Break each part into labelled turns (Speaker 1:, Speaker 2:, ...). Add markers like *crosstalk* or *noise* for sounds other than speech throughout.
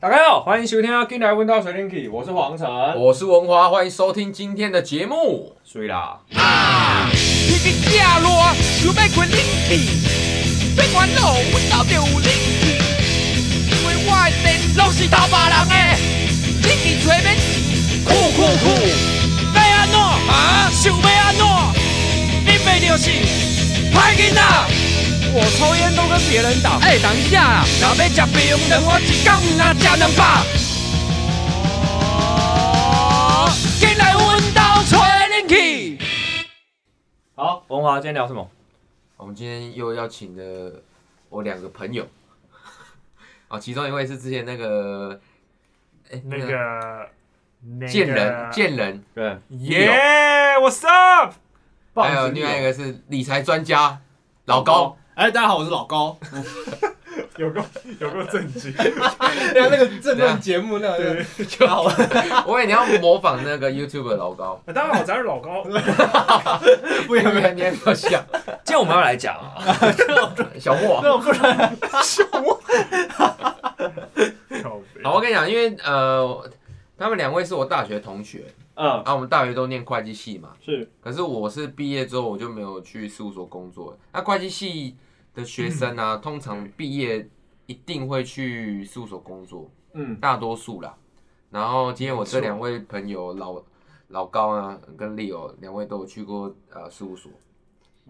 Speaker 1: 大家好，欢迎收听《进来问到水灵气》，我是黄晨。
Speaker 2: 我是文华，欢迎收听今天的节目。
Speaker 1: 水啦，
Speaker 3: 天气正热，想要开冷气，别烦恼，阮家就有冷气。因为我的电拢是偷别人的，冷气吹免钱，酷酷酷！要安怎啊？想要安怎？你袂就是歹囡仔。我抽烟都跟别人打。哎、等一下啦，若要食冰糖，我一天毋若食两百。哦，进来阮家吹冷气。
Speaker 1: 好，文华今天聊什么？
Speaker 2: 我们今天又邀请了我两个朋友，哦，其中一位是之前那个，哎，
Speaker 4: 那个那个
Speaker 2: 贱人，贱人，
Speaker 1: 对，
Speaker 4: 耶、yeah,，What's up？
Speaker 2: 还有另外一个是理财专家老高，
Speaker 5: 哎，大家好，我是老高。
Speaker 4: 有个 *laughs* 有个震惊，
Speaker 5: *laughs* 那那个政论节目，那个就好了，
Speaker 2: *laughs* 我以为你要模仿那个 YouTube 的老高，
Speaker 4: 啊当然我才是老高，
Speaker 2: *laughs* 不然 *laughs* 你还不要笑，
Speaker 1: 今天我们要来讲啊，
Speaker 2: 小莫啊。
Speaker 4: 靠北
Speaker 2: 好，我啊跟你讲，因为呃，他们两位是我大学同学，
Speaker 1: *laughs* 嗯，
Speaker 2: 啊，我们大学都念会计系嘛，
Speaker 1: 是
Speaker 2: 可是我是毕业之后我就没有去事务所工作。那会计系的学生啊，通常毕业一定会去事务所工作，
Speaker 1: 嗯，
Speaker 2: 大多数啦。然后今天我这两位朋友老老高啊跟 Leo 两位都有去过呃事务所，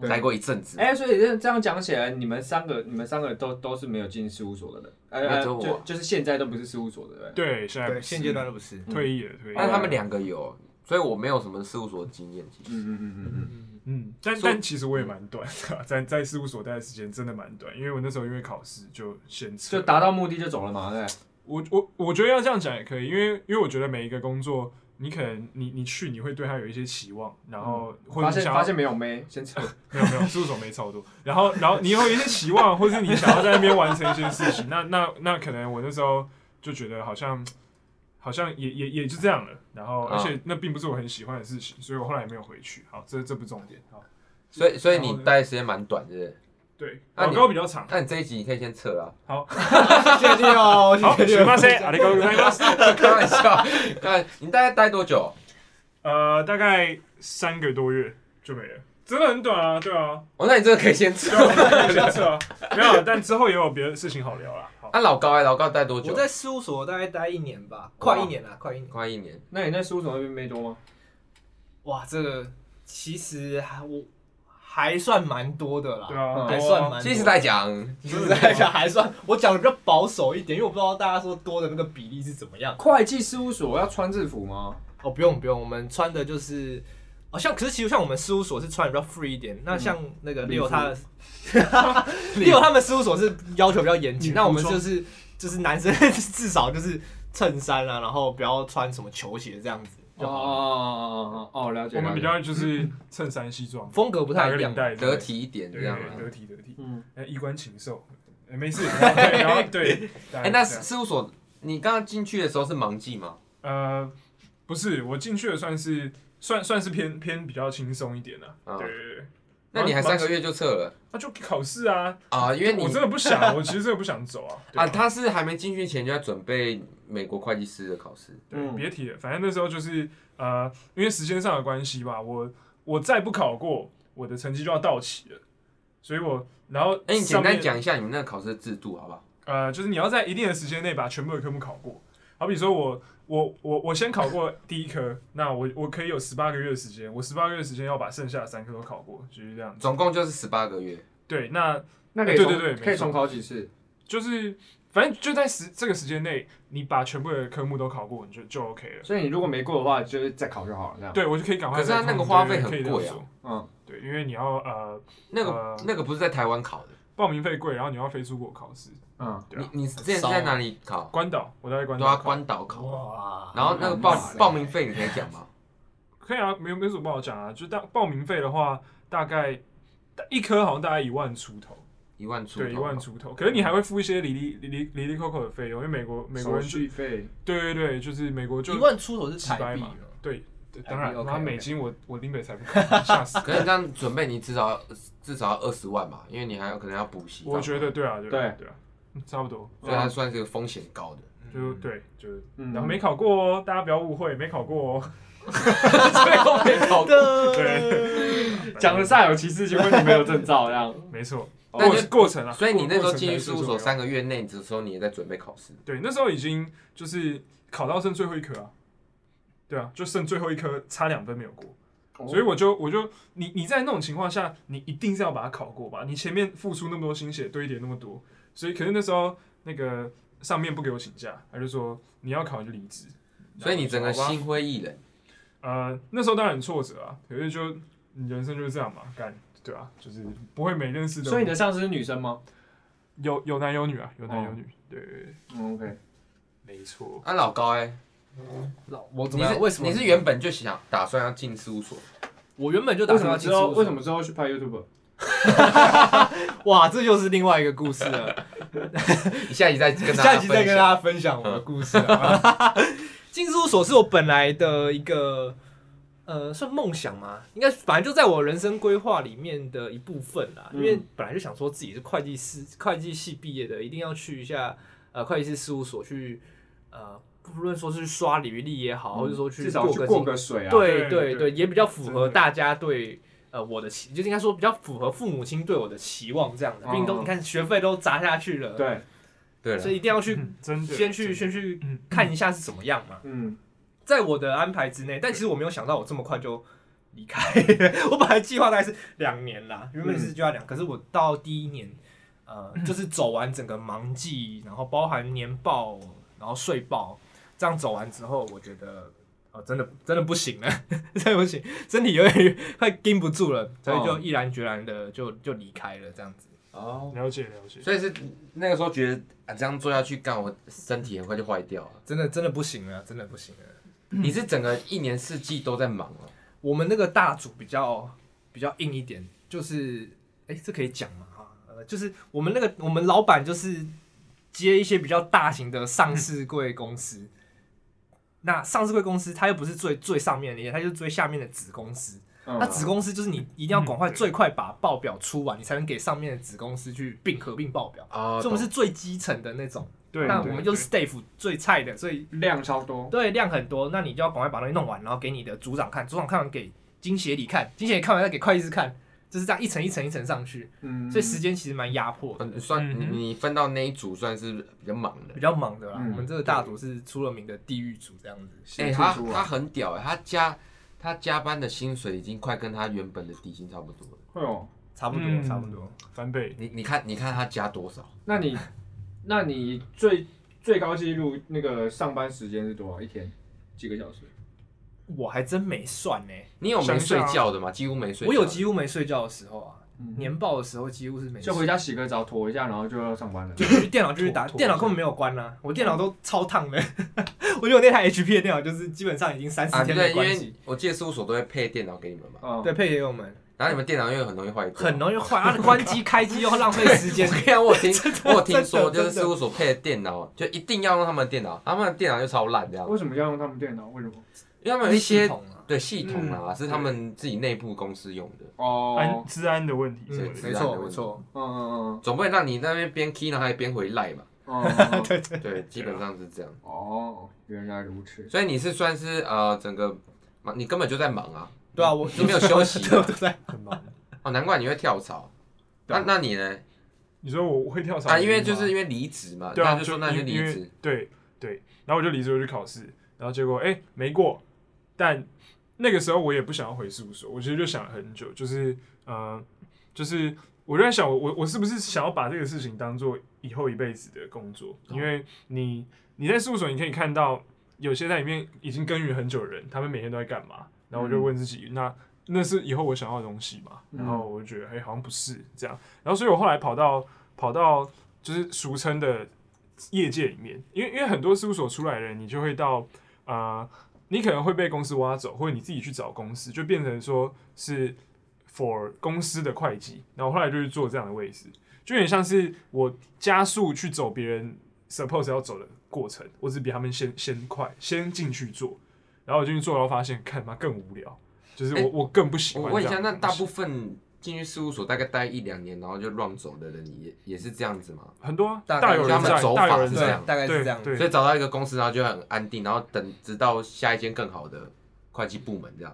Speaker 5: 对
Speaker 2: 待过一阵子。
Speaker 1: 哎、所以这这样讲起来，你们三个，你们三个都都是没有进事务所的人，
Speaker 2: 没
Speaker 1: 呃
Speaker 2: 有
Speaker 1: 呃
Speaker 2: 只有我
Speaker 1: 就就是现在都不是事务所的人，
Speaker 4: 对，现在不
Speaker 5: 对，
Speaker 4: 是
Speaker 5: 现阶段都不 *laughs* 是。
Speaker 4: 退役了，退役
Speaker 2: 但
Speaker 4: 了。嗯
Speaker 2: 他们两个有，所以我没有什么事务所经验。其实
Speaker 1: 嗯嗯嗯嗯嗯，
Speaker 4: 嗯，但
Speaker 2: 说
Speaker 4: 但其实我也蛮短的， *laughs* 在在事务所待的时间真的蛮短，因为我那时候因为考试就先撤
Speaker 1: 就达到目的就走了嘛，对不对，
Speaker 4: 我我我觉得要这样讲也可以，因为因为我觉得每一个工作，你可能你你去你会对他有一些期望，然后或者
Speaker 1: 发
Speaker 4: 你
Speaker 1: 现
Speaker 4: 想
Speaker 1: 发
Speaker 4: 要
Speaker 1: 现没有妹，先撤，
Speaker 4: 没有没有，事务所没超多。然后然后你有一些期望，或是你想要在那边完成一些事情，那那那可能我那时候就觉得好像好像也也也就这样了。然后
Speaker 2: 啊
Speaker 4: 而且那并不是我很喜欢的事情，所以我后来没有回去。好，这这不重点。好，
Speaker 2: 所以所以
Speaker 4: 然
Speaker 2: 你
Speaker 4: 后呢
Speaker 2: 待的时间蛮短，对不对？
Speaker 4: 对，
Speaker 2: 那
Speaker 4: 老
Speaker 2: 你
Speaker 4: 高比较长。
Speaker 2: 那你这一集你可以先撤了啊。 *laughs*
Speaker 5: 谢谢你哦，
Speaker 4: 好，
Speaker 5: 谢谢
Speaker 4: すみ
Speaker 5: 你
Speaker 4: ま
Speaker 5: 哦。
Speaker 4: せん、ありがとうございます。
Speaker 2: 开玩笑，看你大概待多久？
Speaker 4: 呃，大概三个多月就没了。真的很短啊，对啊，
Speaker 2: 哦，那你这个可以先撤。
Speaker 4: 对啊，下次啊，没有，但之后也有别的事情好聊啦。好，
Speaker 2: *laughs* 啊，老高哎、老高待多久？
Speaker 5: 我在事务所大概待一年吧，快一年了，快一年。
Speaker 2: 快一年。
Speaker 1: 那你在事务所那边妹多吗？
Speaker 5: 哇，这个其实还我还算蛮多的啦，
Speaker 4: 对啊，
Speaker 5: 嗯还
Speaker 4: 多啊
Speaker 5: 算蛮多。
Speaker 2: 其实来讲，
Speaker 5: 其实来讲还算，我讲的比较保守一点，因为我不知道大家说多的那个比例是怎么样。
Speaker 1: 会计事务所要穿制服吗？
Speaker 5: 哦，不用不用，我们穿的就是。哦，像可是其实像我们事务所是穿的比较 free 一点，那像那个
Speaker 1: 礼服
Speaker 5: 六他的， *laughs* 六他们事务所是要求比较严谨，那我们就是就是男生至少就是衬衫啊，然后不要穿什么球鞋这样子，
Speaker 1: 哦哦哦哦，了解，
Speaker 4: 我们
Speaker 1: 了
Speaker 4: 比
Speaker 1: 解，
Speaker 4: 较就是衬衫西装，
Speaker 5: 风格不
Speaker 4: 打
Speaker 5: 太
Speaker 4: 个
Speaker 5: 一样
Speaker 4: 领。带，
Speaker 2: 得体一点
Speaker 4: 对，
Speaker 2: 这样啊。
Speaker 4: 得体得体，
Speaker 1: 嗯，
Speaker 4: 哎，衣冠禽兽，哎没事。对然后
Speaker 2: *laughs*
Speaker 4: 对，啊大
Speaker 2: 哎、
Speaker 4: 概
Speaker 2: 那
Speaker 4: 是这样
Speaker 2: 事务所你刚刚进去的时候是忙季吗？
Speaker 4: 呃，不是，我进去的算是算算是偏偏比较轻松一点的，
Speaker 2: 啊
Speaker 4: 对对对。
Speaker 2: 那你还三个
Speaker 4: 月？
Speaker 2: 月就撤了
Speaker 4: 那就考试啊！
Speaker 2: 啊？因为你
Speaker 4: 我真的不
Speaker 2: *laughs*
Speaker 4: 想，我其实真的不想走啊。对
Speaker 2: 啊，他是还没进去前就在准备美国会计师的考试。
Speaker 4: 对，
Speaker 1: 嗯
Speaker 4: 别提了，反正那时候就是呃，因为时间上的关系吧，我我再不考过，我的成绩就要到期了，所以我然后
Speaker 2: 哎、你简
Speaker 4: 上
Speaker 2: 单
Speaker 4: 面
Speaker 2: 讲一下你们那个考试的制度好不好？
Speaker 4: 呃，就是你要在一定的时间内把全部的科目考过。好比说我我我我先考过第一科，那我我可以有十八个月的时间，我十八个月的时间要把剩下的三科都考过，就是这样子。
Speaker 2: 总共就是十八个月。
Speaker 4: 对，那
Speaker 1: 那可以
Speaker 4: 哎对
Speaker 1: 重
Speaker 4: 对对没
Speaker 1: 可以
Speaker 4: 错
Speaker 1: 重考几次？
Speaker 4: 就是反正就在时这个时间内，你把全部的科目都考过，你就就 OK 了。
Speaker 1: 所以你如果没过的话，就是再考就好了，这样。
Speaker 4: 对，我就可以赶快
Speaker 2: 可是它
Speaker 4: 再看
Speaker 2: 那个花费
Speaker 4: 对
Speaker 2: 很
Speaker 4: 可以这样
Speaker 2: 贵啊
Speaker 4: 说
Speaker 1: 嗯，
Speaker 4: 对，因为你要呃
Speaker 2: 那个、
Speaker 4: 呃
Speaker 2: 那个不是在台湾考的，
Speaker 4: 报名费贵，然后你要飞出国考试。
Speaker 1: 嗯
Speaker 4: 对啊
Speaker 2: 你你之前是在哪里考？
Speaker 4: 关岛，我都在关
Speaker 2: 对啊，
Speaker 4: 岛考。
Speaker 2: 关岛考。
Speaker 5: 哇
Speaker 2: 然后那个
Speaker 1: 哇
Speaker 2: 报
Speaker 1: 塞
Speaker 2: 报名费你可以讲吗？
Speaker 4: 可以啊，没有没有什么不好讲啊，就当报名费的话，大概一科好像大概一万出头。
Speaker 2: 一万出头，。
Speaker 4: 对，一万出头。可是你还会付一些离离离离离扣扣的费用，因为美国美国
Speaker 1: 手
Speaker 4: 人就
Speaker 1: 续费，
Speaker 4: 对对对，就是美国就
Speaker 5: 一万出头是
Speaker 4: 几百
Speaker 5: 台币
Speaker 4: 嘛
Speaker 5: 哦，
Speaker 4: 对，对
Speaker 5: 台币
Speaker 4: 当然，
Speaker 5: OK，
Speaker 4: 妈
Speaker 5: OK
Speaker 4: 美金我我林北才不敢，吓死
Speaker 2: 可是你这样准备，你至少至少要二十万嘛，因为你还有可能要补习。
Speaker 4: 我觉得，对啊，对
Speaker 1: 对
Speaker 4: 啊对啊，嗯差不多。
Speaker 2: 所以它算是个风险高的。
Speaker 4: 就对，就是，
Speaker 1: 嗯
Speaker 4: 然后没考过哦，大家不要误会，没考过哦。
Speaker 2: 最后没考过。
Speaker 4: 对，
Speaker 1: 讲的煞有其事，结果你没有证照，这样
Speaker 4: *laughs*
Speaker 1: 哦
Speaker 4: 没错，
Speaker 2: 那
Speaker 4: 过
Speaker 2: 就
Speaker 4: 过程啊。
Speaker 2: 所以你那时
Speaker 4: 过
Speaker 2: 候
Speaker 4: 程
Speaker 2: 进
Speaker 4: 才
Speaker 2: 去
Speaker 4: 是
Speaker 2: 事务
Speaker 4: 最
Speaker 2: 所
Speaker 4: 重要
Speaker 2: 三个月内的时候，你也在准备考试。
Speaker 4: 对，那时候已经就是考到剩最后一科啊，对啊，就剩最后一科，差两分没有过，
Speaker 1: 哦
Speaker 4: 所以我就我就你你在那种情况下，你一定是要把它考过吧？你前面付出那么多心血，堆叠那么多，所以可是那时候那个上面不给我请假，他就说你要考你就离职，
Speaker 2: 所以你整个
Speaker 4: 好吧
Speaker 2: 心灰意冷。
Speaker 4: 呃那时候当然很挫折啊，可是就你人生就是这样嘛，干对啊，就是不会每件事都
Speaker 1: 所以你的上司是女生吗
Speaker 4: 有有男有女啊，有男有
Speaker 1: 哦
Speaker 4: 女，对对对，
Speaker 1: ？OK，
Speaker 4: 没错。
Speaker 2: 啊，老高哎、
Speaker 5: 老我怎
Speaker 2: 你
Speaker 5: 么
Speaker 2: 是
Speaker 5: 样？为什么？
Speaker 2: 你是原本就想打算要进事务所？ *laughs*
Speaker 5: 我原本就打
Speaker 1: 为什
Speaker 5: 算要
Speaker 1: 么
Speaker 5: 进
Speaker 1: 之
Speaker 5: 事务
Speaker 1: 后
Speaker 5: 所
Speaker 1: 为什么之后去拍 YouTube？
Speaker 5: 哇，这就是另外一个故事了。
Speaker 2: 你下集再跟大家
Speaker 5: *laughs* 下集再跟
Speaker 2: 分享
Speaker 5: 大家分享我的故
Speaker 1: *laughs*
Speaker 5: 事啊。进事务所是我本来的一个呃，算梦想吗？应该反正就在我人生规划里面的一部分啦。
Speaker 1: 嗯
Speaker 5: 因为本来就想说自己是会计师、会计系毕业的，一定要去一下呃会计师事务所去呃，不论说是去刷履历也
Speaker 1: 哦
Speaker 5: 好，或者说去
Speaker 1: 嗯至少
Speaker 5: 过
Speaker 1: 去
Speaker 5: 个
Speaker 1: 过
Speaker 5: 经
Speaker 1: 个水啊。
Speaker 5: 对
Speaker 4: 对
Speaker 5: 对
Speaker 4: 对
Speaker 5: 对，也比较符
Speaker 4: 真
Speaker 5: 合
Speaker 4: 的
Speaker 5: 大家对呃我的期，就是应该说比较符合父母亲对我的期望这样的。毕竟
Speaker 1: 嗯
Speaker 5: 都你看学费都砸下去了，，
Speaker 1: 对，
Speaker 2: 对
Speaker 5: 所
Speaker 2: 了，
Speaker 5: 以一定要去
Speaker 4: 嗯 *laughs* 真的
Speaker 5: 先去
Speaker 4: 真的
Speaker 5: 先去
Speaker 4: 嗯
Speaker 5: 看一下是怎么样嘛，
Speaker 1: 嗯，
Speaker 5: 在我的安排之内。但其实我没有想到我这么快就离开， *laughs* 我本来计划大概是两年啦，原本是就要两，可是我到第一年，呃，就是走完整个忙季，然后包含年报，然后税报，这样走完之后，我觉得。哦，真的真的不行了， *laughs* 真的不行，身体有点 *laughs* 快盯不住了，所以就
Speaker 1: 哦
Speaker 5: 毅然决然的就就离开了这样子。
Speaker 2: 哦，
Speaker 4: 了解了解，
Speaker 2: 所以是那个时候觉得啊，这样做下去干，我身体很快就坏掉了。
Speaker 5: 真的真的不行了，真的不行了。
Speaker 2: 你是整个一年四季都在忙哦。
Speaker 5: 我们那个大组比较比较硬一点，就是哎、诶这可以讲嘛啊，呃，就是我们那个我们老板就是接一些比较大型的上市贵公司，那上市贵公司它又不是最最上面的那些，它就是最下面的子公司。
Speaker 1: 嗯
Speaker 5: 那子公司就是你一定要赶快最快把报表出完，你才能给上面的子公司去并合并报表。
Speaker 2: 哦
Speaker 5: 所以我们是最基层的那种，
Speaker 4: 对，
Speaker 5: 那
Speaker 4: 对
Speaker 5: 我们就是 staff 最菜的，所以
Speaker 1: 量超多。
Speaker 5: 对，量很多，那你就要赶快把东西弄完，然后给你的组长看，组长看完给经协理看，经协理看完再给会计师看，就是这样一层一层一层上去，
Speaker 1: 嗯，
Speaker 5: 所以时间其实蛮压迫的，
Speaker 2: 嗯，算
Speaker 4: 嗯哼
Speaker 2: 你你分到那一组算是比较忙的
Speaker 5: 比。较忙的啦。
Speaker 1: 嗯
Speaker 5: 我们这个大组是出了名的地狱组这样子，
Speaker 2: 哎、
Speaker 1: 哎，
Speaker 2: 他
Speaker 1: 出
Speaker 2: 他
Speaker 1: 啊，
Speaker 2: 很屌哎、他加他加班的薪水已经快跟他原本的底薪差不多了。
Speaker 1: 会哦。
Speaker 5: 差不多，
Speaker 4: 嗯
Speaker 5: 差不多。
Speaker 4: 翻倍，
Speaker 2: 你你看你看他加多少？
Speaker 1: 那你，那你最最高纪录那个上班时间是多少？一天几个小时？
Speaker 5: 我还真没算呢、
Speaker 2: 你有
Speaker 4: 想
Speaker 2: 没
Speaker 4: 一
Speaker 2: 睡
Speaker 4: 下啊
Speaker 2: 觉的吗？几乎没睡觉的。
Speaker 5: 我有几乎没睡觉的时候啊，
Speaker 1: 嗯
Speaker 5: 年报的时候几乎是没睡
Speaker 1: 就回家洗个澡，妥一下，然后就要上班了。
Speaker 5: 就去电脑就去 *laughs* 打，
Speaker 4: 拖拖
Speaker 5: 电脑根本没有关啦、啊我电脑都超烫的， *laughs* 我觉得我那台 HP 的电脑就是基本上已经三
Speaker 2: 啊，
Speaker 5: 四天
Speaker 2: 对，
Speaker 5: 没
Speaker 2: 因
Speaker 5: 关
Speaker 2: 为
Speaker 5: 系。
Speaker 2: 我记得事务所都会配电脑给你们嘛，
Speaker 1: 嗯，
Speaker 5: 啊对，配给我们
Speaker 2: 然后你们电脑又很容易坏掉。
Speaker 5: 很容易坏，啊，关机开机又浪费时间 *laughs*
Speaker 2: 我，跟你讲，我有听我有听说，就是
Speaker 5: 真的真的
Speaker 2: 事务所配的电脑，就一定要用他们的电脑，他们的电脑就超烂这样，
Speaker 1: 为什么要用他们电脑？为什么？
Speaker 2: 因为他们有一些
Speaker 5: 系统啊
Speaker 2: 对系统啊，是他们自己内部公司用的，
Speaker 4: 安
Speaker 1: 哦，
Speaker 4: 治安的问题，
Speaker 5: 嗯
Speaker 4: 对
Speaker 2: 是
Speaker 5: 没错没错，
Speaker 1: 嗯嗯
Speaker 2: 总不能让你在那边边 key 然后还边回赖
Speaker 5: *laughs*
Speaker 2: 嘛。
Speaker 1: 嗯嗯
Speaker 4: *laughs*
Speaker 1: 嗯，
Speaker 5: 对对，
Speaker 2: 对，基本上是这样。
Speaker 1: 哦，原来如此。
Speaker 2: 所以你是算是呃整个忙，你根本就在忙啊，
Speaker 5: 对啊，我
Speaker 2: 你没有休息
Speaker 5: *laughs*
Speaker 2: 啊
Speaker 4: *laughs*
Speaker 5: 对对对，
Speaker 4: 很忙。
Speaker 2: 哦，难怪你会跳槽。
Speaker 5: 对
Speaker 2: 那
Speaker 5: 啊
Speaker 2: 那你呢？
Speaker 4: 你说我会跳槽
Speaker 2: 啊，
Speaker 4: 的
Speaker 2: 因为
Speaker 4: 原
Speaker 2: 就是
Speaker 4: 吗
Speaker 2: 因为离职嘛，
Speaker 4: 对
Speaker 2: 那
Speaker 4: 啊，
Speaker 2: 就说
Speaker 4: 因
Speaker 2: 那就离
Speaker 4: 因为
Speaker 2: 职。
Speaker 4: 对对，然后我就离职，我去考试，然后结果哎、没过，但那个时候我也不想要回事务所，我其实就想了很久，就是呃，就是我就在想我我我是不是想要把这个事情当做以后一辈子的工作，因为你你在事务所你可以看到有些在里面已经耕耘很久的人，他们每天都在干嘛，然后我就
Speaker 1: 嗯
Speaker 4: 问自己，那那是以后我想要的东西嘛？然后我就觉得哎、好像不是这样，然后所以我后来跑到跑到就是俗称的业界里面，因为因为很多事务所出来的人，你就会到呃，你可能会被公司挖走，或者你自己去找公司，就变成说是 for 公司的会计，然后后来就去做这样的位置，就有点像是我加速去走别人 suppose 要走的过程，我只比他们先先快，先进去做，然后我进去做，然后发现看妈更无聊，就是我、
Speaker 2: 哎
Speaker 4: 我更不喜
Speaker 2: 我
Speaker 4: 欢这样的东
Speaker 2: 问一
Speaker 4: 西。
Speaker 2: 下，那大部分进去事务所大概待一两年，然后就乱走的人也也是这样子嘛。
Speaker 4: 很多啊，
Speaker 5: 大
Speaker 4: 大
Speaker 5: 概
Speaker 4: 有
Speaker 5: 就他
Speaker 4: 人
Speaker 5: 们
Speaker 4: 在，
Speaker 2: 走
Speaker 4: 大
Speaker 2: 法
Speaker 4: 有人
Speaker 2: 是
Speaker 4: 在
Speaker 2: 这
Speaker 5: 对
Speaker 2: 样，
Speaker 5: 大概是
Speaker 4: 对
Speaker 5: 这样。
Speaker 4: 对
Speaker 2: 所以找到一个公司，然后就很安定，然后等直到下一间更好的会计部门这样。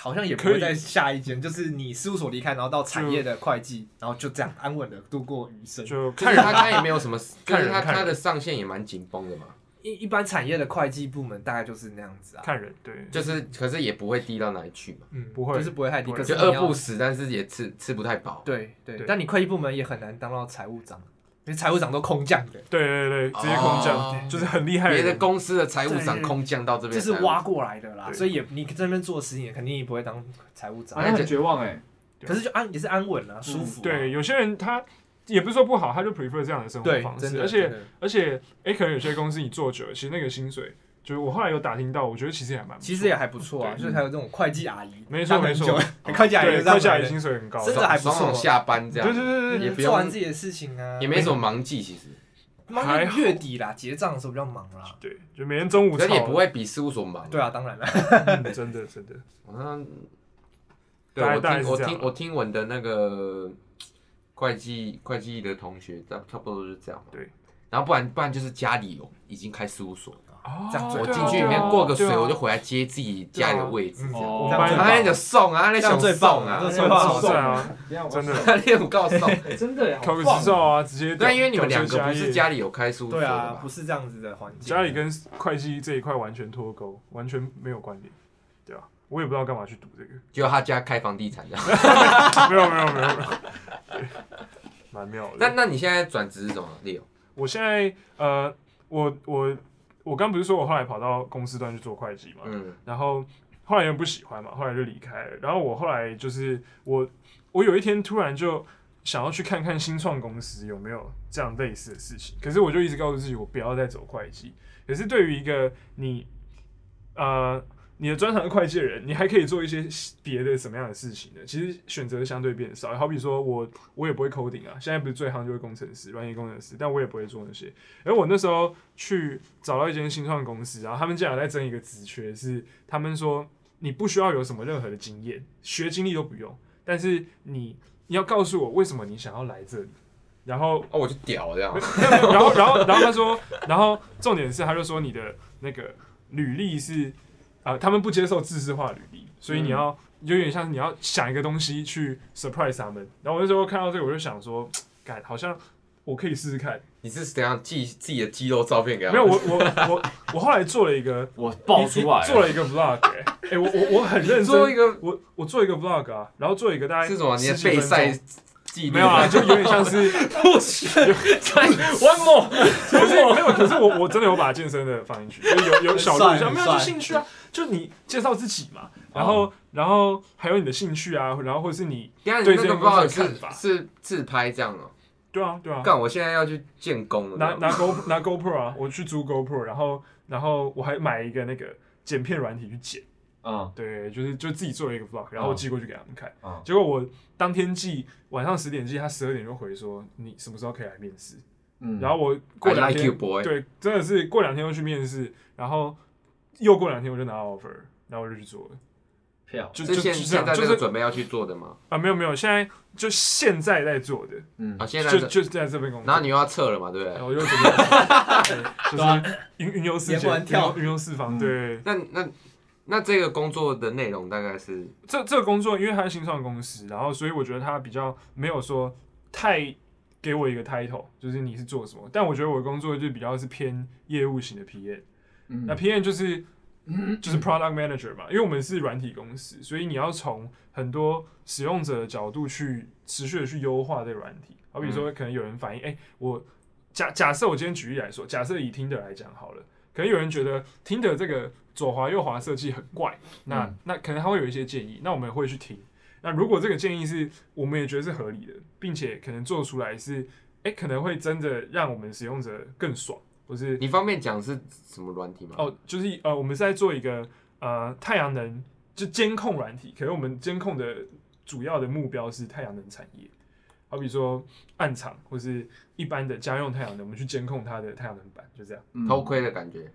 Speaker 5: 好像也不会
Speaker 4: 可以
Speaker 5: 在下一间，就是你事务所离开，然后到产业的会计，然后就这样安稳的度过余生。
Speaker 4: 就
Speaker 2: 就是
Speaker 4: 看人
Speaker 2: 他他也没有什么，就
Speaker 4: *laughs* 看
Speaker 2: 是
Speaker 4: 人
Speaker 2: 他
Speaker 4: 看人
Speaker 2: 他的上限也蛮紧绷的嘛，
Speaker 5: 一一般产业的会计部门大概就是那样子啊，
Speaker 4: 看人，对，
Speaker 2: 就是可是也不会低到哪里去嘛，
Speaker 5: 嗯，
Speaker 4: 不会
Speaker 5: 就是不会太
Speaker 4: 不
Speaker 5: 低，
Speaker 4: 会
Speaker 5: 可是
Speaker 2: 就
Speaker 5: 你
Speaker 2: 饿
Speaker 5: 要
Speaker 2: 不死，但是也吃吃不太饱。
Speaker 5: 对对
Speaker 4: 对，
Speaker 5: 但你会计部门也很难当到财务长，啊因为财务长都空降的，
Speaker 4: 对对对，直接空
Speaker 2: 哦
Speaker 4: 降，就是很厉害
Speaker 2: 别的
Speaker 4: 人。
Speaker 2: 公司的财务长
Speaker 5: 对
Speaker 2: 空降到这边，
Speaker 5: 这是挖，过来的啦，
Speaker 4: 对
Speaker 5: 所以也你在那边做十年，肯定也不会当财务长
Speaker 1: 啊，，那很绝望哎。
Speaker 5: 可是就安也是安稳啊，舒服啊。
Speaker 4: 对，有些人他也不是说不好，他就 prefer 这样的生活
Speaker 5: 对，
Speaker 4: 方
Speaker 5: 真
Speaker 4: 式，
Speaker 5: 的，
Speaker 4: 而且
Speaker 5: 真的
Speaker 4: 而且，哎，可能有些公司你做久了，其实那个薪水，就是我后来有打听到，我觉得其实也还蛮不错，
Speaker 5: 其实也还不错啊，就是还有这种会计阿姨，
Speaker 4: 没错
Speaker 5: 当很
Speaker 4: 没
Speaker 2: *laughs*
Speaker 4: 错哦
Speaker 5: 久了，会计阿姨
Speaker 4: 对，
Speaker 5: 就这样
Speaker 4: 会计阿
Speaker 5: 来
Speaker 4: 姨
Speaker 5: 的
Speaker 4: 薪水很高，
Speaker 5: 真的
Speaker 2: 爽
Speaker 5: 还不错
Speaker 2: 爽爽下班这
Speaker 4: 对
Speaker 2: 样，
Speaker 4: 对对对
Speaker 2: 也
Speaker 4: 对，
Speaker 2: 不
Speaker 5: 做完
Speaker 2: 用
Speaker 5: 自己的事情啊，
Speaker 2: 也没什么忙季，其实，
Speaker 5: 忙
Speaker 4: 还好
Speaker 5: 月底啦，结账的时候比较忙啦。
Speaker 4: 对，就每天中午
Speaker 2: 可
Speaker 4: 炒，
Speaker 2: 是也不会比事务所忙。
Speaker 5: 对啊，当然啦，
Speaker 4: 嗯， *laughs* 真的真的，
Speaker 2: 好像， *laughs* 对
Speaker 4: 大概
Speaker 2: 我
Speaker 4: 大概
Speaker 2: 听
Speaker 4: 是
Speaker 2: 我
Speaker 4: 这样
Speaker 2: 听我听闻的那个会计会计的同学，差差不多就是这样嘛。
Speaker 4: 对，
Speaker 2: 然后不然不然就是家里有已经开事务所了，
Speaker 4: 哦
Speaker 5: 这样最
Speaker 2: 我
Speaker 5: 对
Speaker 2: 进
Speaker 5: 啊
Speaker 2: 去里
Speaker 5: 对
Speaker 2: 面
Speaker 5: 啊
Speaker 2: 过个水，我就回来接自己家里的位置
Speaker 5: 嗯
Speaker 2: 这样。
Speaker 1: 哦
Speaker 4: 我
Speaker 5: 这样
Speaker 4: 们
Speaker 5: 最
Speaker 2: 他
Speaker 5: 棒
Speaker 2: 那就送啊，那
Speaker 5: 这样
Speaker 2: 想
Speaker 5: 最
Speaker 2: 送
Speaker 5: 棒了
Speaker 2: 啊
Speaker 5: 这，最棒了
Speaker 4: 对啊，
Speaker 1: 哦
Speaker 4: 真的
Speaker 2: 他练武告送。
Speaker 1: 哎真的哎
Speaker 4: 考
Speaker 1: 好
Speaker 4: 个
Speaker 1: 棒
Speaker 4: 执照啊，直接
Speaker 2: 对，因为你们
Speaker 4: 缴
Speaker 2: 两
Speaker 4: 税
Speaker 2: 个不是
Speaker 4: 业
Speaker 2: 家里有开事务所
Speaker 5: 对
Speaker 2: 的
Speaker 5: 啊，
Speaker 2: 嘛
Speaker 5: 不，是这样子的环境。
Speaker 4: 家里跟会计这一块完全脱钩，完全没有关联，对啊，我也不知道干嘛去读这个， *laughs*
Speaker 2: 就他家开房地产这样。
Speaker 4: 没有没有没有没有， *laughs* 对蛮妙
Speaker 2: 那
Speaker 4: 的。
Speaker 2: 那你现在转职是什么？Leo，哦
Speaker 4: 我现在呃，我我我刚不是说我后来跑到公司端去做会计嘛，
Speaker 2: 嗯，
Speaker 4: 然后后来又不喜欢嘛，后来就离开了。然后我后来就是我，我有一天突然就想要去看看新创公司有没有这样类似的事情，可是我就一直告诉自己，我不要再走会计。可是对于一个你，呃。你的专长是会计的人，你还可以做一些别的什么样的事情呢？其实选择相对变少，好比说我我也不会 coding 啊，现在不是最夯就是工程师、软件工程师，但我也不会做那些。而我那时候去找到一间新创公司，然后他们竟然有在争一个职缺，是他们说你不需要有什么任何的经验，学经历都不用，但是你你要告诉我为什么你想要来这里，然后 *laughs*
Speaker 2: 哦，我就屌这样。
Speaker 4: 然后，然后，然后他说，然后重点是，他就说你的那个履历是，啊，他们不接受制式化履历，所以你要、有点像是你要想一个东西去 surprise 他们。然后我那时候看到这个，我就想说，感好像我可以试试看。
Speaker 2: 你是怎样寄自己的肌肉照片给他
Speaker 4: 没有，
Speaker 2: 们？
Speaker 4: 我我我我后来做了一个
Speaker 6: 我爆出来
Speaker 4: 做
Speaker 6: 了，
Speaker 4: 了一个 vlog，哎、哎我我我很认真，
Speaker 2: 做一个
Speaker 4: 我我做一个 vlog 啊，然后做一个大概
Speaker 2: 是什么？你的
Speaker 4: 10
Speaker 2: 备
Speaker 4: 分钟
Speaker 2: 赛记录？
Speaker 4: 没有啊，就有点
Speaker 2: *laughs*
Speaker 4: 像是 *laughs*
Speaker 6: one more，
Speaker 4: 可是没有，可是我我真的有把健身的放进去，就是有有小录一下，
Speaker 5: 很帅
Speaker 4: 没有就
Speaker 5: 很帅
Speaker 4: 兴趣啊，就你介绍自己嘛，然后、
Speaker 2: 哦
Speaker 4: 然后还有你的兴趣啊，然后或是你
Speaker 2: 等一下
Speaker 4: 对
Speaker 2: 你那
Speaker 4: 这
Speaker 2: 个
Speaker 4: 个公
Speaker 2: vlog
Speaker 4: 司的看法
Speaker 2: 是是自拍这样哦。
Speaker 4: 对啊对啊，
Speaker 2: 干，我现在要去建工了。
Speaker 4: 拿
Speaker 2: 这样
Speaker 4: 拿 Go 拿 GoPro 啊，我去租 GoPro，然后然后我还买一个那个剪片软体去剪，
Speaker 1: 啊！
Speaker 4: 对，就是就自己做了一个 vlog，然后我
Speaker 1: 嗯
Speaker 4: 寄过去给他们看，
Speaker 1: 嗯
Speaker 4: 结果我当天寄晚上十点寄，他十二点就回说你什么时候可以来面试，
Speaker 1: 嗯
Speaker 4: 然后我过
Speaker 2: I
Speaker 4: 两
Speaker 2: like
Speaker 4: 天
Speaker 2: you, boy
Speaker 4: 对，真的是过两天又去面试，然后又过两天我就拿到 offer，然后我就去做了。
Speaker 1: 票，
Speaker 4: 就是就
Speaker 2: 现
Speaker 4: 就这
Speaker 2: 现
Speaker 4: 样，
Speaker 2: 在
Speaker 4: 就
Speaker 2: 这个
Speaker 4: 是
Speaker 2: 准备要去做的吗？
Speaker 4: 啊，没有没有，现在就现在在做的，
Speaker 1: 嗯
Speaker 2: 啊，，现在
Speaker 4: 就
Speaker 2: 这
Speaker 4: 就是在这份工作。
Speaker 2: 然后你又要撤了嘛，对不
Speaker 4: 然
Speaker 2: 对？
Speaker 4: 后我就准备 *laughs* 对就是云云游四
Speaker 5: 连环
Speaker 4: 间，
Speaker 5: 跳
Speaker 4: 云游四方。
Speaker 1: 嗯
Speaker 4: 对，
Speaker 2: 那那那这个工作的内容大概是
Speaker 4: 这这个工作，因为它是新创公司，然后所以我觉得它比较没有说太给我一个 title，就是你是做什么。但我觉得我的工作就比较是偏业务型的 PM，
Speaker 1: 嗯
Speaker 4: 那 PM 就是就是 product manager 嘛，因为我们是软体公司，所以你要从很多使用者的角度去持续的去优化这个软体。好比
Speaker 1: 嗯
Speaker 4: 说，可能有人反映，哎、我假假设我今天举例来说，假设以 Tinder 来讲好了，可能有人觉得 Tinder 这个左滑右滑设计很怪，那、
Speaker 1: 嗯
Speaker 4: 那可能他会有一些建议，那我们会去听。那如果这个建议是我们也觉得是合理的，并且可能做出来是，哎、可能会真的让我们使用者更爽，或是
Speaker 2: 你方便讲是什么软体吗？
Speaker 4: 哦，就是呃，我们是在做一个呃太阳能就监控软体，可能我们监控的主要的目标是太阳能产业，好比说暗场或是一般的家用太阳能，我们去监控它的太阳能板，就这样。
Speaker 1: 嗯
Speaker 2: 偷窥的感
Speaker 4: 嗯
Speaker 2: 觉。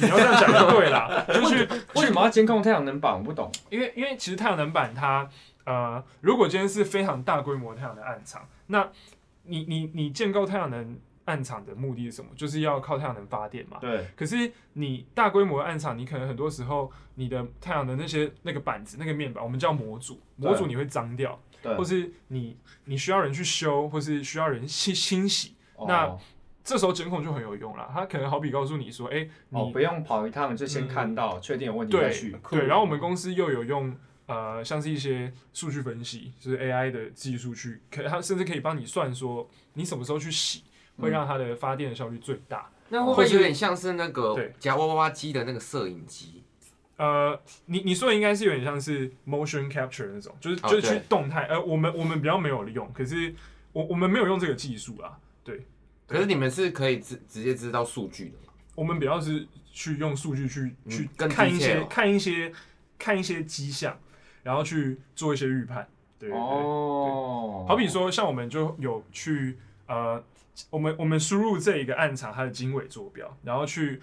Speaker 4: 你要这样讲就对啦，就是
Speaker 1: 为什么要监控太阳能板？我不懂。
Speaker 4: 因为因为其实太阳能板它呃，如果今天是非常大规模的太阳能暗场，那你你你建构太阳能暗场的目的是什么？就是要靠太阳能发电嘛。
Speaker 1: 对，
Speaker 4: 可是你大规模的暗场，你可能很多时候你的太阳能那些那个板子、那个面板，我们叫模组，模组
Speaker 1: 对
Speaker 4: 你会脏掉，
Speaker 1: 对，
Speaker 4: 或是你你需要人去修，或是需要人去清洗。那
Speaker 1: 哦
Speaker 4: 这时候监控就很有用了，它可能好比告诉你说，哎、你、嗯
Speaker 1: 哦，不用跑一趟就先看到，确定有问题再去。
Speaker 4: 对，然后我们公司又有用呃，像是一些数据分析，就是 AI 的技术去，可它甚至可以帮你算说你什么时候去洗，会
Speaker 1: 嗯
Speaker 4: 让它的发电的效率最大。
Speaker 2: 那会不
Speaker 4: 或
Speaker 2: 会
Speaker 4: 是
Speaker 2: 有点像是那个
Speaker 4: 对
Speaker 2: 夹娃娃机的那个摄影机？
Speaker 4: 呃，你你说的应该是有点像是 motion capture 那种，就是
Speaker 2: 哦
Speaker 4: 就是去
Speaker 2: 对
Speaker 4: 动态。呃，我们我们比较没有用，可是我我们没有用这个技术啊。对
Speaker 2: 可是你们是可以直直接知道数据的嘛？
Speaker 4: 我们比较是去用数据去
Speaker 2: 嗯
Speaker 4: 去
Speaker 2: 更
Speaker 4: 看一些
Speaker 2: detail
Speaker 4: 看一些看一些迹象，然后去做一些预判。对对对。
Speaker 1: 哦，
Speaker 4: 好比说，像我们就有去呃，我们我们输入这一个暗场它的经纬坐标，然后去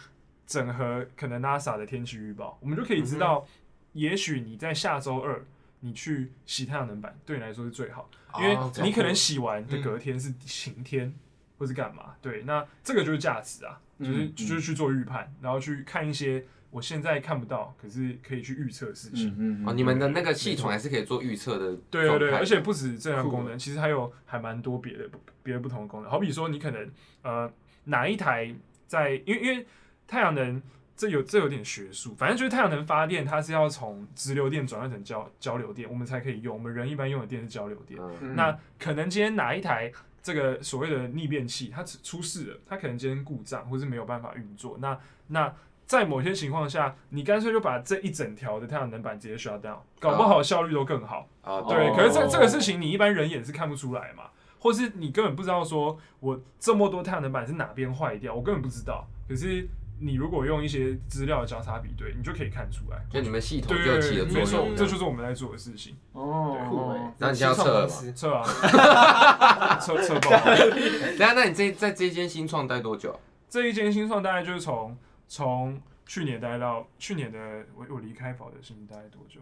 Speaker 4: 整合可能 NASA 的天气预报，我们就可以知
Speaker 2: 嗯
Speaker 4: 道，也许你在下周二你去洗太阳能板，对你来说是最好，因为
Speaker 2: 哦这样
Speaker 4: 你可能洗完的隔天是晴天。或是干嘛？对，那这个就是价值啊，就是、
Speaker 1: 嗯嗯
Speaker 4: 就是去做预判，然后去看一些我现在看不到，可是可以去预测的事情。
Speaker 1: 嗯嗯，
Speaker 2: 哦，
Speaker 1: 嗯
Speaker 2: 你们的那个系
Speaker 4: 没
Speaker 2: 统
Speaker 4: 错
Speaker 2: 还是可以做预测的。
Speaker 4: 对啊对对，而且不
Speaker 2: 是。
Speaker 4: 止这样功
Speaker 2: 酷
Speaker 4: 能，其实还有还蛮多别的别的不同的功能。好比说，你可能呃哪一台在，因为因为太阳能这有这有点学术，反正就是太阳能发电，它是要从直流电转换成交交流电，我们才可以用。我们人一般用的电是交流电。
Speaker 2: 嗯，
Speaker 1: 嗯
Speaker 4: 那可能今天哪一台这个所谓的逆变器它出出事了，它可能今天故障或是没有办法运作，那那。在某些情况下，你干脆就把这一整条的太阳能板直接 shut down，搞不
Speaker 2: 啊
Speaker 4: 好效率都更好。
Speaker 2: 啊，
Speaker 4: 对，可是这
Speaker 1: 哦
Speaker 4: 这个事情你一般人眼是看不出来嘛，或是你根本不知道说我这么多太阳能板是哪边坏掉，我根本不知道。可是你如果用一些资料的交叉比对，你就可以看出来。
Speaker 2: 就你们系统
Speaker 4: 对
Speaker 2: 就起
Speaker 4: 对
Speaker 2: 了
Speaker 4: 对，
Speaker 2: 作
Speaker 4: 没错
Speaker 2: 用，，
Speaker 4: 这就是我们在做的事情。
Speaker 1: 哦，
Speaker 5: 酷哎，
Speaker 2: 那你现在要撤了吗
Speaker 5: 新创公司
Speaker 4: 测啊，
Speaker 2: *laughs*
Speaker 4: 测测爆了。
Speaker 2: 等一下，那你这在这间新创待多久啊？
Speaker 4: 这一间新创大概就是从从去年待到去年的我我离开保德信大概多久？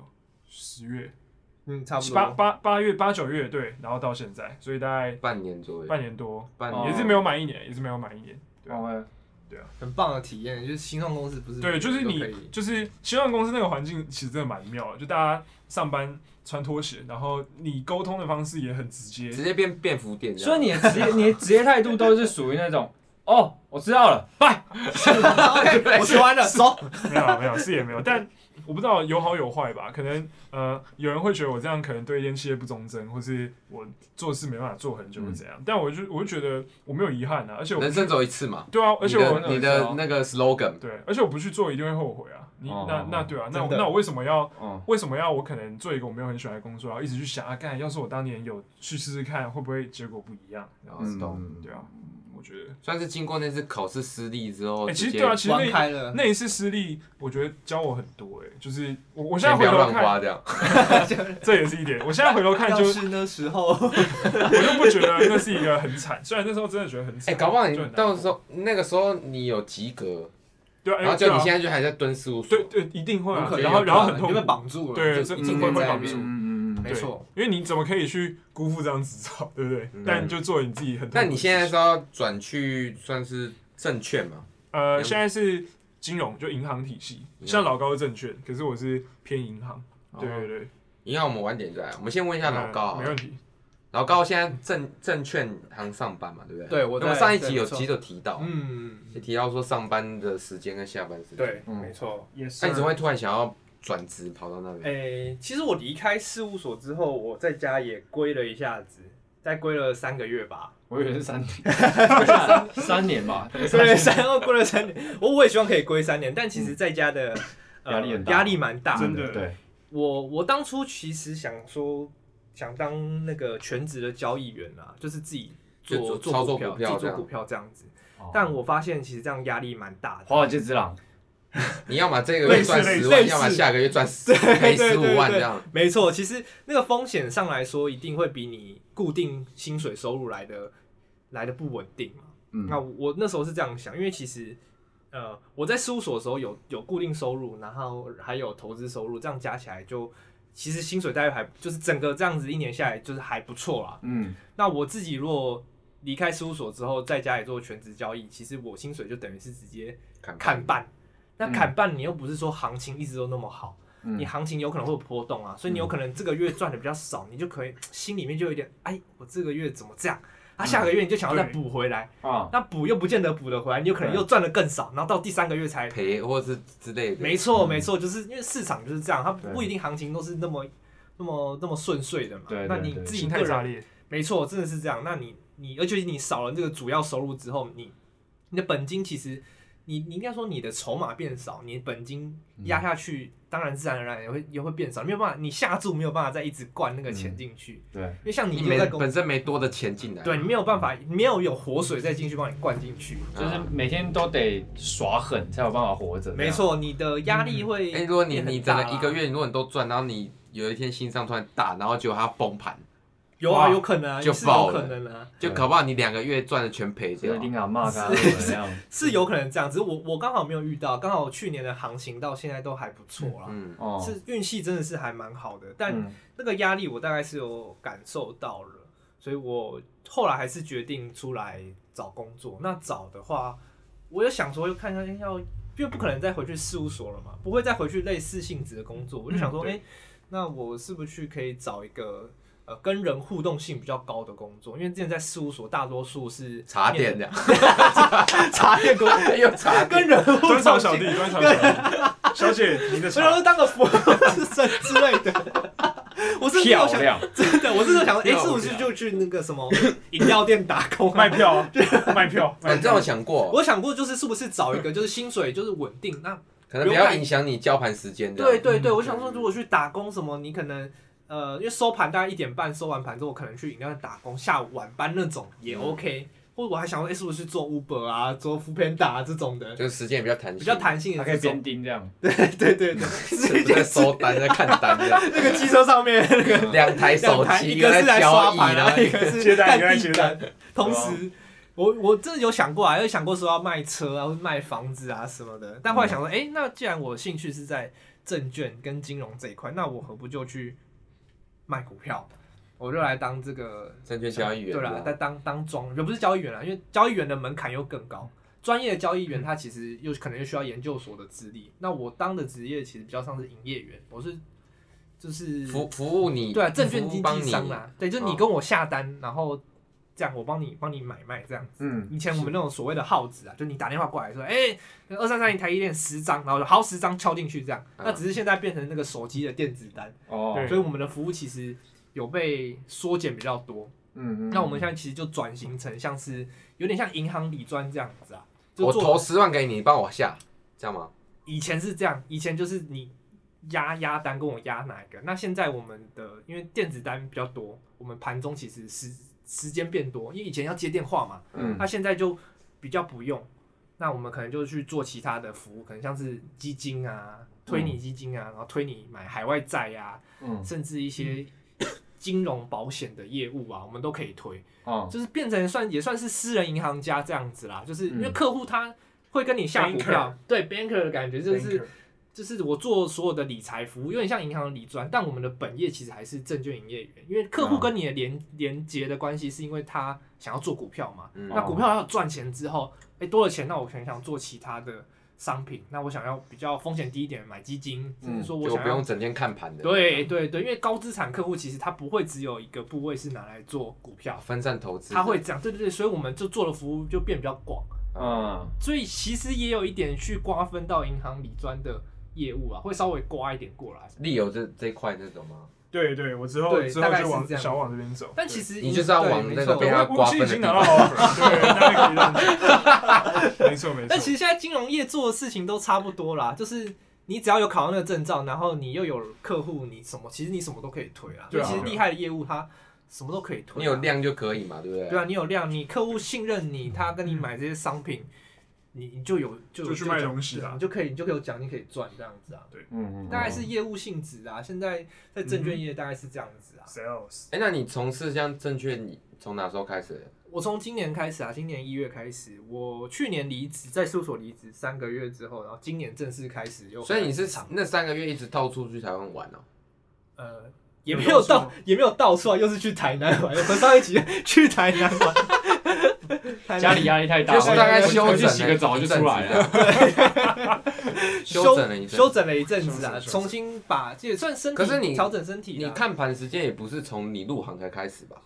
Speaker 4: 十月
Speaker 5: 嗯，差不
Speaker 4: 八
Speaker 5: 多。
Speaker 4: 八八月八九月对，然后到现在，所以大概
Speaker 2: 半年左右，
Speaker 4: 半年多，
Speaker 2: 半
Speaker 1: 哦
Speaker 2: 年
Speaker 4: 也是没有满一年，也是没有满一年。对啊
Speaker 1: 哦
Speaker 5: 很棒的体验，就是新创公司不是
Speaker 4: 对，就是
Speaker 5: 都可
Speaker 4: 你 *laughs*
Speaker 5: 以，*laughs*
Speaker 4: 就是新创公司那个环境，其实真的蛮妙的。就大家上班穿拖鞋，然后你沟通的方式也很直接。
Speaker 2: 直接变便服店这
Speaker 1: 所
Speaker 2: 样。
Speaker 1: 以你的职业，你的职业态度都是属于那种，哦，我知道了，拜。
Speaker 5: OK，我学完了，走。
Speaker 4: 没有啊没有是也没有，但我不知道有好有坏吧。可能呃，有人会觉得我这样可能对一间企业不忠贞，或是我做事没办法做很久，
Speaker 1: 嗯
Speaker 4: 或怎样。但我就我就觉得我没有遗憾啊，而且我
Speaker 2: 人生走一次嘛，
Speaker 4: 对啊，而且
Speaker 2: 你的
Speaker 4: 我
Speaker 2: 你的那个 slogan
Speaker 4: 对，而且我不去做一定会后悔啊。你
Speaker 1: 哦
Speaker 4: 那那对啊，那我
Speaker 5: 真的
Speaker 4: 那我为什么要
Speaker 1: 嗯，
Speaker 4: 为什么要我可能做一个我没有很喜欢的工作，然后一直去想啊，干，要是我当年有去试试看，会不会结果不一样？然后
Speaker 2: 嗯
Speaker 4: 对啊，我觉得，
Speaker 2: 算是经过那次考试失利之后，
Speaker 4: 哎、
Speaker 2: 直
Speaker 4: 其实
Speaker 2: 接
Speaker 4: 对啊，其实
Speaker 5: 玩
Speaker 4: 那
Speaker 5: 开了，
Speaker 4: 那一次失利，我觉得教我很多、哎，就是我我现
Speaker 2: 先
Speaker 4: 在
Speaker 2: 不
Speaker 4: 回
Speaker 2: 要
Speaker 4: 头
Speaker 2: 乱
Speaker 4: 看，
Speaker 2: 花这样。
Speaker 5: *laughs*
Speaker 4: 这也是一点。我现在回头看
Speaker 5: 要 *laughs*
Speaker 4: 就，
Speaker 5: 是那
Speaker 4: *laughs*
Speaker 5: 时候，
Speaker 4: 我就不觉得那是一个很惨，虽然那时候真的觉得很
Speaker 2: 哎，
Speaker 4: 惨。
Speaker 2: 搞不好
Speaker 4: 就
Speaker 2: 你
Speaker 4: 很难
Speaker 2: 到时候那个时候你有及格，
Speaker 4: 对啊，哎
Speaker 2: 然后就
Speaker 4: 对啊
Speaker 2: 你现在就还在蹲事务所
Speaker 4: 对，对一定会
Speaker 5: 很
Speaker 4: 啊
Speaker 5: 可，怜
Speaker 4: 然后然后很
Speaker 5: 你
Speaker 4: 痛
Speaker 5: 就被
Speaker 4: 苦，
Speaker 5: 绑住了，
Speaker 4: 对，
Speaker 5: 就
Speaker 4: 这
Speaker 5: 一
Speaker 4: 这
Speaker 5: 直
Speaker 4: 会
Speaker 5: 在
Speaker 4: 会
Speaker 5: 那
Speaker 4: 绑
Speaker 5: 边
Speaker 4: 住，
Speaker 1: 嗯嗯嗯
Speaker 5: 没错，
Speaker 4: 因为你怎么可以去辜负这张执照，对不对？但就做你自己很痛苦的事情。
Speaker 2: 但嗯你现在是要转去算是证券嘛？
Speaker 4: 呃，
Speaker 2: 嗯
Speaker 4: 现在是金融，就银行体系，
Speaker 2: 嗯
Speaker 4: 像老高是证券，可是我是偏银行。对对对，
Speaker 2: 银行我们晚点再来，我们先问一下哦老
Speaker 5: 嗯
Speaker 2: 高啊
Speaker 4: 呃
Speaker 2: 好
Speaker 4: 没
Speaker 2: 了。
Speaker 4: 问题。
Speaker 2: 老高现在证证券行上班嘛，对不对？
Speaker 5: 对我
Speaker 2: 那么
Speaker 5: 在
Speaker 2: 上一
Speaker 5: 对
Speaker 2: 集有
Speaker 5: 没错
Speaker 2: 其实有提到，
Speaker 5: 嗯，
Speaker 2: 就提到说上班的时间跟下班时间。，
Speaker 5: 对，啊
Speaker 1: 嗯
Speaker 5: 没错。
Speaker 4: 也
Speaker 2: 那你怎么会突然想要转职跑到那边？
Speaker 5: 诶、其实我离开事务所之后，我在家也归了一下子，再归了三个月吧。
Speaker 1: 我以为是三 *laughs* 年，三三年吧，
Speaker 5: 对，三个归了三年，我我也希望可以归三年，但其实在家的呃
Speaker 1: 压力很大
Speaker 5: 压力蛮大
Speaker 4: 真的
Speaker 1: 对，
Speaker 5: 我我当初其实想说，想当那个全职的交易员啊，就是自己
Speaker 2: 就
Speaker 5: 做
Speaker 2: 做操作
Speaker 5: 股票，
Speaker 2: 股票
Speaker 5: 自己
Speaker 2: 这
Speaker 5: 做
Speaker 2: 样
Speaker 5: 股票这样子。
Speaker 1: 哦
Speaker 5: 但我发现其实这样压力蛮大
Speaker 1: 华
Speaker 5: 的。
Speaker 1: 尔街之狼，
Speaker 2: 你要么这个月赚
Speaker 4: 类似
Speaker 2: 十
Speaker 5: 哎类
Speaker 2: 万，
Speaker 5: 似
Speaker 2: 要么下个月赚十
Speaker 5: 对
Speaker 2: 赔
Speaker 5: 对
Speaker 2: 十
Speaker 5: 对
Speaker 2: 五万这
Speaker 5: 对
Speaker 2: 样。
Speaker 5: 没错，其实那个风险上来说，一定会比你固定薪水收入来的来的不稳定嘛。
Speaker 1: 嗯
Speaker 5: 那我那时候是这样想，因为其实呃我在事务所的时候有有固定收入，然后还有投资收入，这样加起来就其实薪水待遇还就是整个这样子一年下来就是还不错啦。
Speaker 1: 嗯，
Speaker 5: 那我自己如果离开事务所之后，在家里做全职交易，其实我薪水就等于是直接
Speaker 2: 看
Speaker 5: 砍半。那
Speaker 1: 嗯
Speaker 5: 砍半，你又不是说行情一直都那么好，
Speaker 1: 嗯
Speaker 5: 你行情有可能会有波动啊，所以你有可能这个月赚的比较少，你就可以心里面就有点，哎，我这个月怎么这样？啊，下个月你就想要再
Speaker 4: 对
Speaker 5: 补回来，
Speaker 1: 啊，
Speaker 5: 那补又不见得补得回来，你有可能又赚的更少，然后到第三个月才
Speaker 2: 赔或是之类的。
Speaker 5: 没错，没错，就是因为市场就是这样，它
Speaker 1: 嗯对
Speaker 5: 不一定行情都是那么那么那么顺遂的嘛。
Speaker 1: 对对
Speaker 5: 那你
Speaker 1: 对
Speaker 5: 自己
Speaker 4: 心
Speaker 5: 个
Speaker 4: 态炸
Speaker 5: 人，
Speaker 4: 裂，
Speaker 5: 没错，真的是这样。那你你，而且你少了这个主要收入之后，你你的本金其实，你你应该说你的筹码变少，你的本金压下去，当然自然而然也会也会变少，没有办法，你下注没有办法再一直灌那个钱进去，
Speaker 1: 对，
Speaker 5: 因为像
Speaker 2: 你
Speaker 5: 你
Speaker 2: 没
Speaker 5: 有在公
Speaker 2: 本，身没多的钱进来，
Speaker 5: 对你没有办法，没有有活水再进去帮你灌进去。
Speaker 2: 啊，
Speaker 6: 就是每天都得耍狠才有办法活着。
Speaker 5: 没，错，你的压力会、
Speaker 2: 哎、如果你
Speaker 5: 变很
Speaker 2: 你整
Speaker 5: 大
Speaker 2: 个一
Speaker 5: 啦
Speaker 2: 个月，如果你都赚，然后你有一天心脏突然大，然后结果它崩盘，
Speaker 5: 有啊，
Speaker 4: 哇
Speaker 5: 有可能啊，
Speaker 2: 就是
Speaker 5: 有
Speaker 2: 爆
Speaker 5: 可
Speaker 2: 了
Speaker 5: 能啊。
Speaker 2: 就
Speaker 1: 对
Speaker 2: 搞不好你两个月赚的全赔
Speaker 6: 所
Speaker 2: 掉
Speaker 6: 以。林敢骂他
Speaker 5: 是
Speaker 6: 怎么样？
Speaker 5: 是有可能这样，只是我我刚好没有遇到，刚好去年的行情到现在都还不错啦，
Speaker 2: 嗯，
Speaker 1: *laughs* 哦，
Speaker 5: 是运气真的是还蛮好的，但
Speaker 1: 嗯
Speaker 5: 那个压力我大概是有感受到了，所以我后来还是决定出来找工作。那找的话，我有想说，又看看要，因为不可能再回去事务所了嘛，不会再回去类似性质的工作，我就想说，哎、那我是不是可以找一个？呃，跟人互动性比较高的工作，因为之前在事务所，大多
Speaker 2: *laughs*
Speaker 5: 数是
Speaker 2: 茶点的，
Speaker 5: 哦茶店工作，
Speaker 2: 又茶
Speaker 5: *laughs* 跟人
Speaker 4: 端
Speaker 5: 互动
Speaker 4: 茶小
Speaker 5: 性，
Speaker 4: 弟，端茶小
Speaker 5: *laughs*
Speaker 4: 弟，小姐，你的
Speaker 5: 所以我
Speaker 4: 茶，
Speaker 5: 就当个服务生之类的。 *laughs* 我是没有
Speaker 1: 漂
Speaker 5: 想，
Speaker 1: 亮，
Speaker 5: 真的，我是没有想说，哎、
Speaker 4: 漂亮
Speaker 5: 是不是就去那个什么 *laughs* 饮料店打工、
Speaker 4: 卖
Speaker 5: 啊？
Speaker 4: 票
Speaker 5: *laughs*
Speaker 4: 啊，卖票，卖
Speaker 2: 你这样
Speaker 4: 票
Speaker 2: 有，想过，
Speaker 5: 我想过，就是是不是找一个就是薪水就是稳定？那
Speaker 2: 可能不要影响你交盘时间的。
Speaker 5: 对对对，我想说，如果去打工什么，你可能呃，因为收盘大概一点半，收完盘之后，我可能去饮料店打工，下午晚班那种也 OK。或者我还想说，哎、是不是做 Uber 啊，做 f o o p a n d a 这种的，
Speaker 2: 就是时间也比较弹性，
Speaker 5: 比较弹性
Speaker 1: 他可
Speaker 5: 的
Speaker 1: 以
Speaker 5: 这
Speaker 1: 边
Speaker 5: 种。
Speaker 1: 盯这样，
Speaker 5: *laughs* 对对对，
Speaker 2: 是不在收单，在看单这
Speaker 5: *laughs*
Speaker 2: 样，
Speaker 5: 那个机车上面那个
Speaker 2: 两台哎手
Speaker 5: 两台，
Speaker 2: 机
Speaker 5: 一个是
Speaker 2: 在
Speaker 5: 来
Speaker 2: 交
Speaker 5: 刷
Speaker 2: 易，啊
Speaker 5: 盘，
Speaker 2: 然
Speaker 5: 然后
Speaker 2: 后
Speaker 5: 一个是
Speaker 4: 接单
Speaker 5: 干
Speaker 4: 一个在
Speaker 5: 地
Speaker 4: 接
Speaker 5: 单。同
Speaker 2: 啊
Speaker 5: 时，我我真的有想过啊，有想过说要卖车啊，或者卖房子啊什么的。但
Speaker 2: 嗯
Speaker 5: 后来想说，诶，那既然我兴趣是在证券跟金融这一块，那我何不就去卖股票？我就来当这个
Speaker 2: 证券交易员
Speaker 5: 对
Speaker 2: 这
Speaker 5: 啦
Speaker 2: 样，
Speaker 5: 但当当庄也不是交易员啦，因为交易员的门槛又更高。专业的交易
Speaker 2: 嗯
Speaker 5: 员他其实又可能又需要研究所的资历。那我当的职业其实比较像是营业员，我是就是
Speaker 2: 服服务你，
Speaker 5: 对啊，证券
Speaker 2: 服务
Speaker 5: 经
Speaker 2: 帮
Speaker 5: 纪
Speaker 2: 你
Speaker 5: 商啊啦，对，就是你
Speaker 2: 哦
Speaker 5: 跟我下单，然后这样我帮你帮你买卖这样子。
Speaker 1: 嗯，
Speaker 5: 以前我们那种所谓的号子啊，就你打电话过来说，哎，二三三零台一店十张，然后我就好十张敲进去这样。
Speaker 2: 嗯
Speaker 5: 那只是现在变成那个手机的电子单，
Speaker 1: 哦，
Speaker 4: 对
Speaker 5: 所以我们的服务其实有被缩减比较多。
Speaker 1: 嗯，嗯
Speaker 5: 那我们现在其实就转型成像是有点像银行理专这样子啊，就
Speaker 2: 我哦投
Speaker 5: 做
Speaker 2: 十万给你，你帮我下，这样吗？
Speaker 5: 以前是这样，以前就是你压压单跟我压哪一个，那现在我们的因为电子单比较多，我们盘中其实时时间变多，因为以前要接电话嘛，
Speaker 1: 嗯
Speaker 5: 那现在就比较不用，那我们可能就去做其他的服务，可能像是基金啊，推你基金啊，然后推你买海外债啊，
Speaker 1: 嗯
Speaker 5: 甚至一些 *coughs* 金融保险的业务啊，我们都可以推。
Speaker 1: 哦，
Speaker 5: 就是变成算也算是私人银行家这样子啦，就是因为
Speaker 1: 嗯
Speaker 5: 客户他会跟你下股票，对 banker 的感觉就是
Speaker 4: Banker
Speaker 5: 就是我做所有的理财服务，有点像银行的理专，但我们的本业其实还是证券营业员，因为客户
Speaker 1: 哦
Speaker 5: 跟你的连连接的关系是因为他想要做股票嘛，
Speaker 2: 嗯
Speaker 5: 那股票要赚钱之后，哎、多了钱，那我可能想做其他的商品，那我想要比较风险低一点买基金，甚至说
Speaker 2: 嗯
Speaker 5: 我
Speaker 2: 就
Speaker 5: 想
Speaker 2: 不
Speaker 5: 要
Speaker 2: 用整嗯天看盘的，
Speaker 5: 对对对，因为高资产客户其实他不会只有一个部位是拿来做股票。
Speaker 2: 分散投资，
Speaker 5: 他会这样，对对对，所以我们就做的服务就变比较广，
Speaker 1: 嗯，
Speaker 5: 所以其实也有一点去瓜分到银行理专的业务啊，会稍微刮一点过来。
Speaker 2: 利友这这一块那种吗？
Speaker 4: 对对，我之后
Speaker 5: 对
Speaker 4: 之
Speaker 5: 大
Speaker 4: 后
Speaker 5: 概是
Speaker 4: 就往
Speaker 5: 这样
Speaker 4: 小往这边走，
Speaker 5: 但其实
Speaker 2: 你就是要
Speaker 5: 对
Speaker 2: 往
Speaker 5: 没
Speaker 2: 那个
Speaker 5: 错
Speaker 2: 被他
Speaker 4: 我
Speaker 2: 瓜分
Speaker 4: 我其
Speaker 2: 的
Speaker 4: 实
Speaker 2: 地
Speaker 4: 已
Speaker 2: 方
Speaker 4: 经拿到 offer，对，大家可以让
Speaker 5: *laughs*
Speaker 4: 你，没错没错，
Speaker 5: 但其实现在金融业做的事情都差不多啦，就是你只要有考到那个证照，然后你又有客户，你什么其实你什么都可以推啊。
Speaker 4: 对啊
Speaker 5: 其实厉害的业务它什么都可以推、啊。
Speaker 2: 你有量就可以嘛，对不对？
Speaker 5: 对啊，你有量，你客户信任你，他跟你买这些商品，你你就有就有
Speaker 4: 就去卖
Speaker 5: 有
Speaker 4: 东西啊
Speaker 5: 对
Speaker 4: 啦
Speaker 5: 你就可以你就可以有奖，你可以赚这样子啊。
Speaker 1: 嗯嗯，
Speaker 5: 大概
Speaker 2: 哦
Speaker 5: 是业务性质啊，现在在
Speaker 2: 嗯
Speaker 5: 证券业大概是这样子啊。
Speaker 4: sales
Speaker 2: 哎，那你从事像证券，你从哪时候开始？
Speaker 5: 我从今年开始啊，今年一月开始，我去年离职，在事务所离职三个月之后，然后今年正式开始又回来
Speaker 2: 所以你是
Speaker 5: 职场
Speaker 2: 那三个月一直到处去台湾玩哦，
Speaker 5: 呃，也没有到，也没有到处啊，又是去台南玩。我们上一集 *laughs* 去台南玩，
Speaker 2: *laughs*
Speaker 5: 台南
Speaker 6: 家
Speaker 2: 啊
Speaker 6: 里压力太大，
Speaker 2: 就是大概
Speaker 6: 我
Speaker 2: 休整了
Speaker 6: 我去洗个澡就出来了。
Speaker 2: 休整了一阵子
Speaker 5: 休整了一阵子
Speaker 4: 休整
Speaker 5: 啊，
Speaker 4: 了
Speaker 5: 重新把这也算身体，
Speaker 2: 可是你
Speaker 5: 调整身体啦，
Speaker 2: 你看盘时间也不是从你入行才开始吧？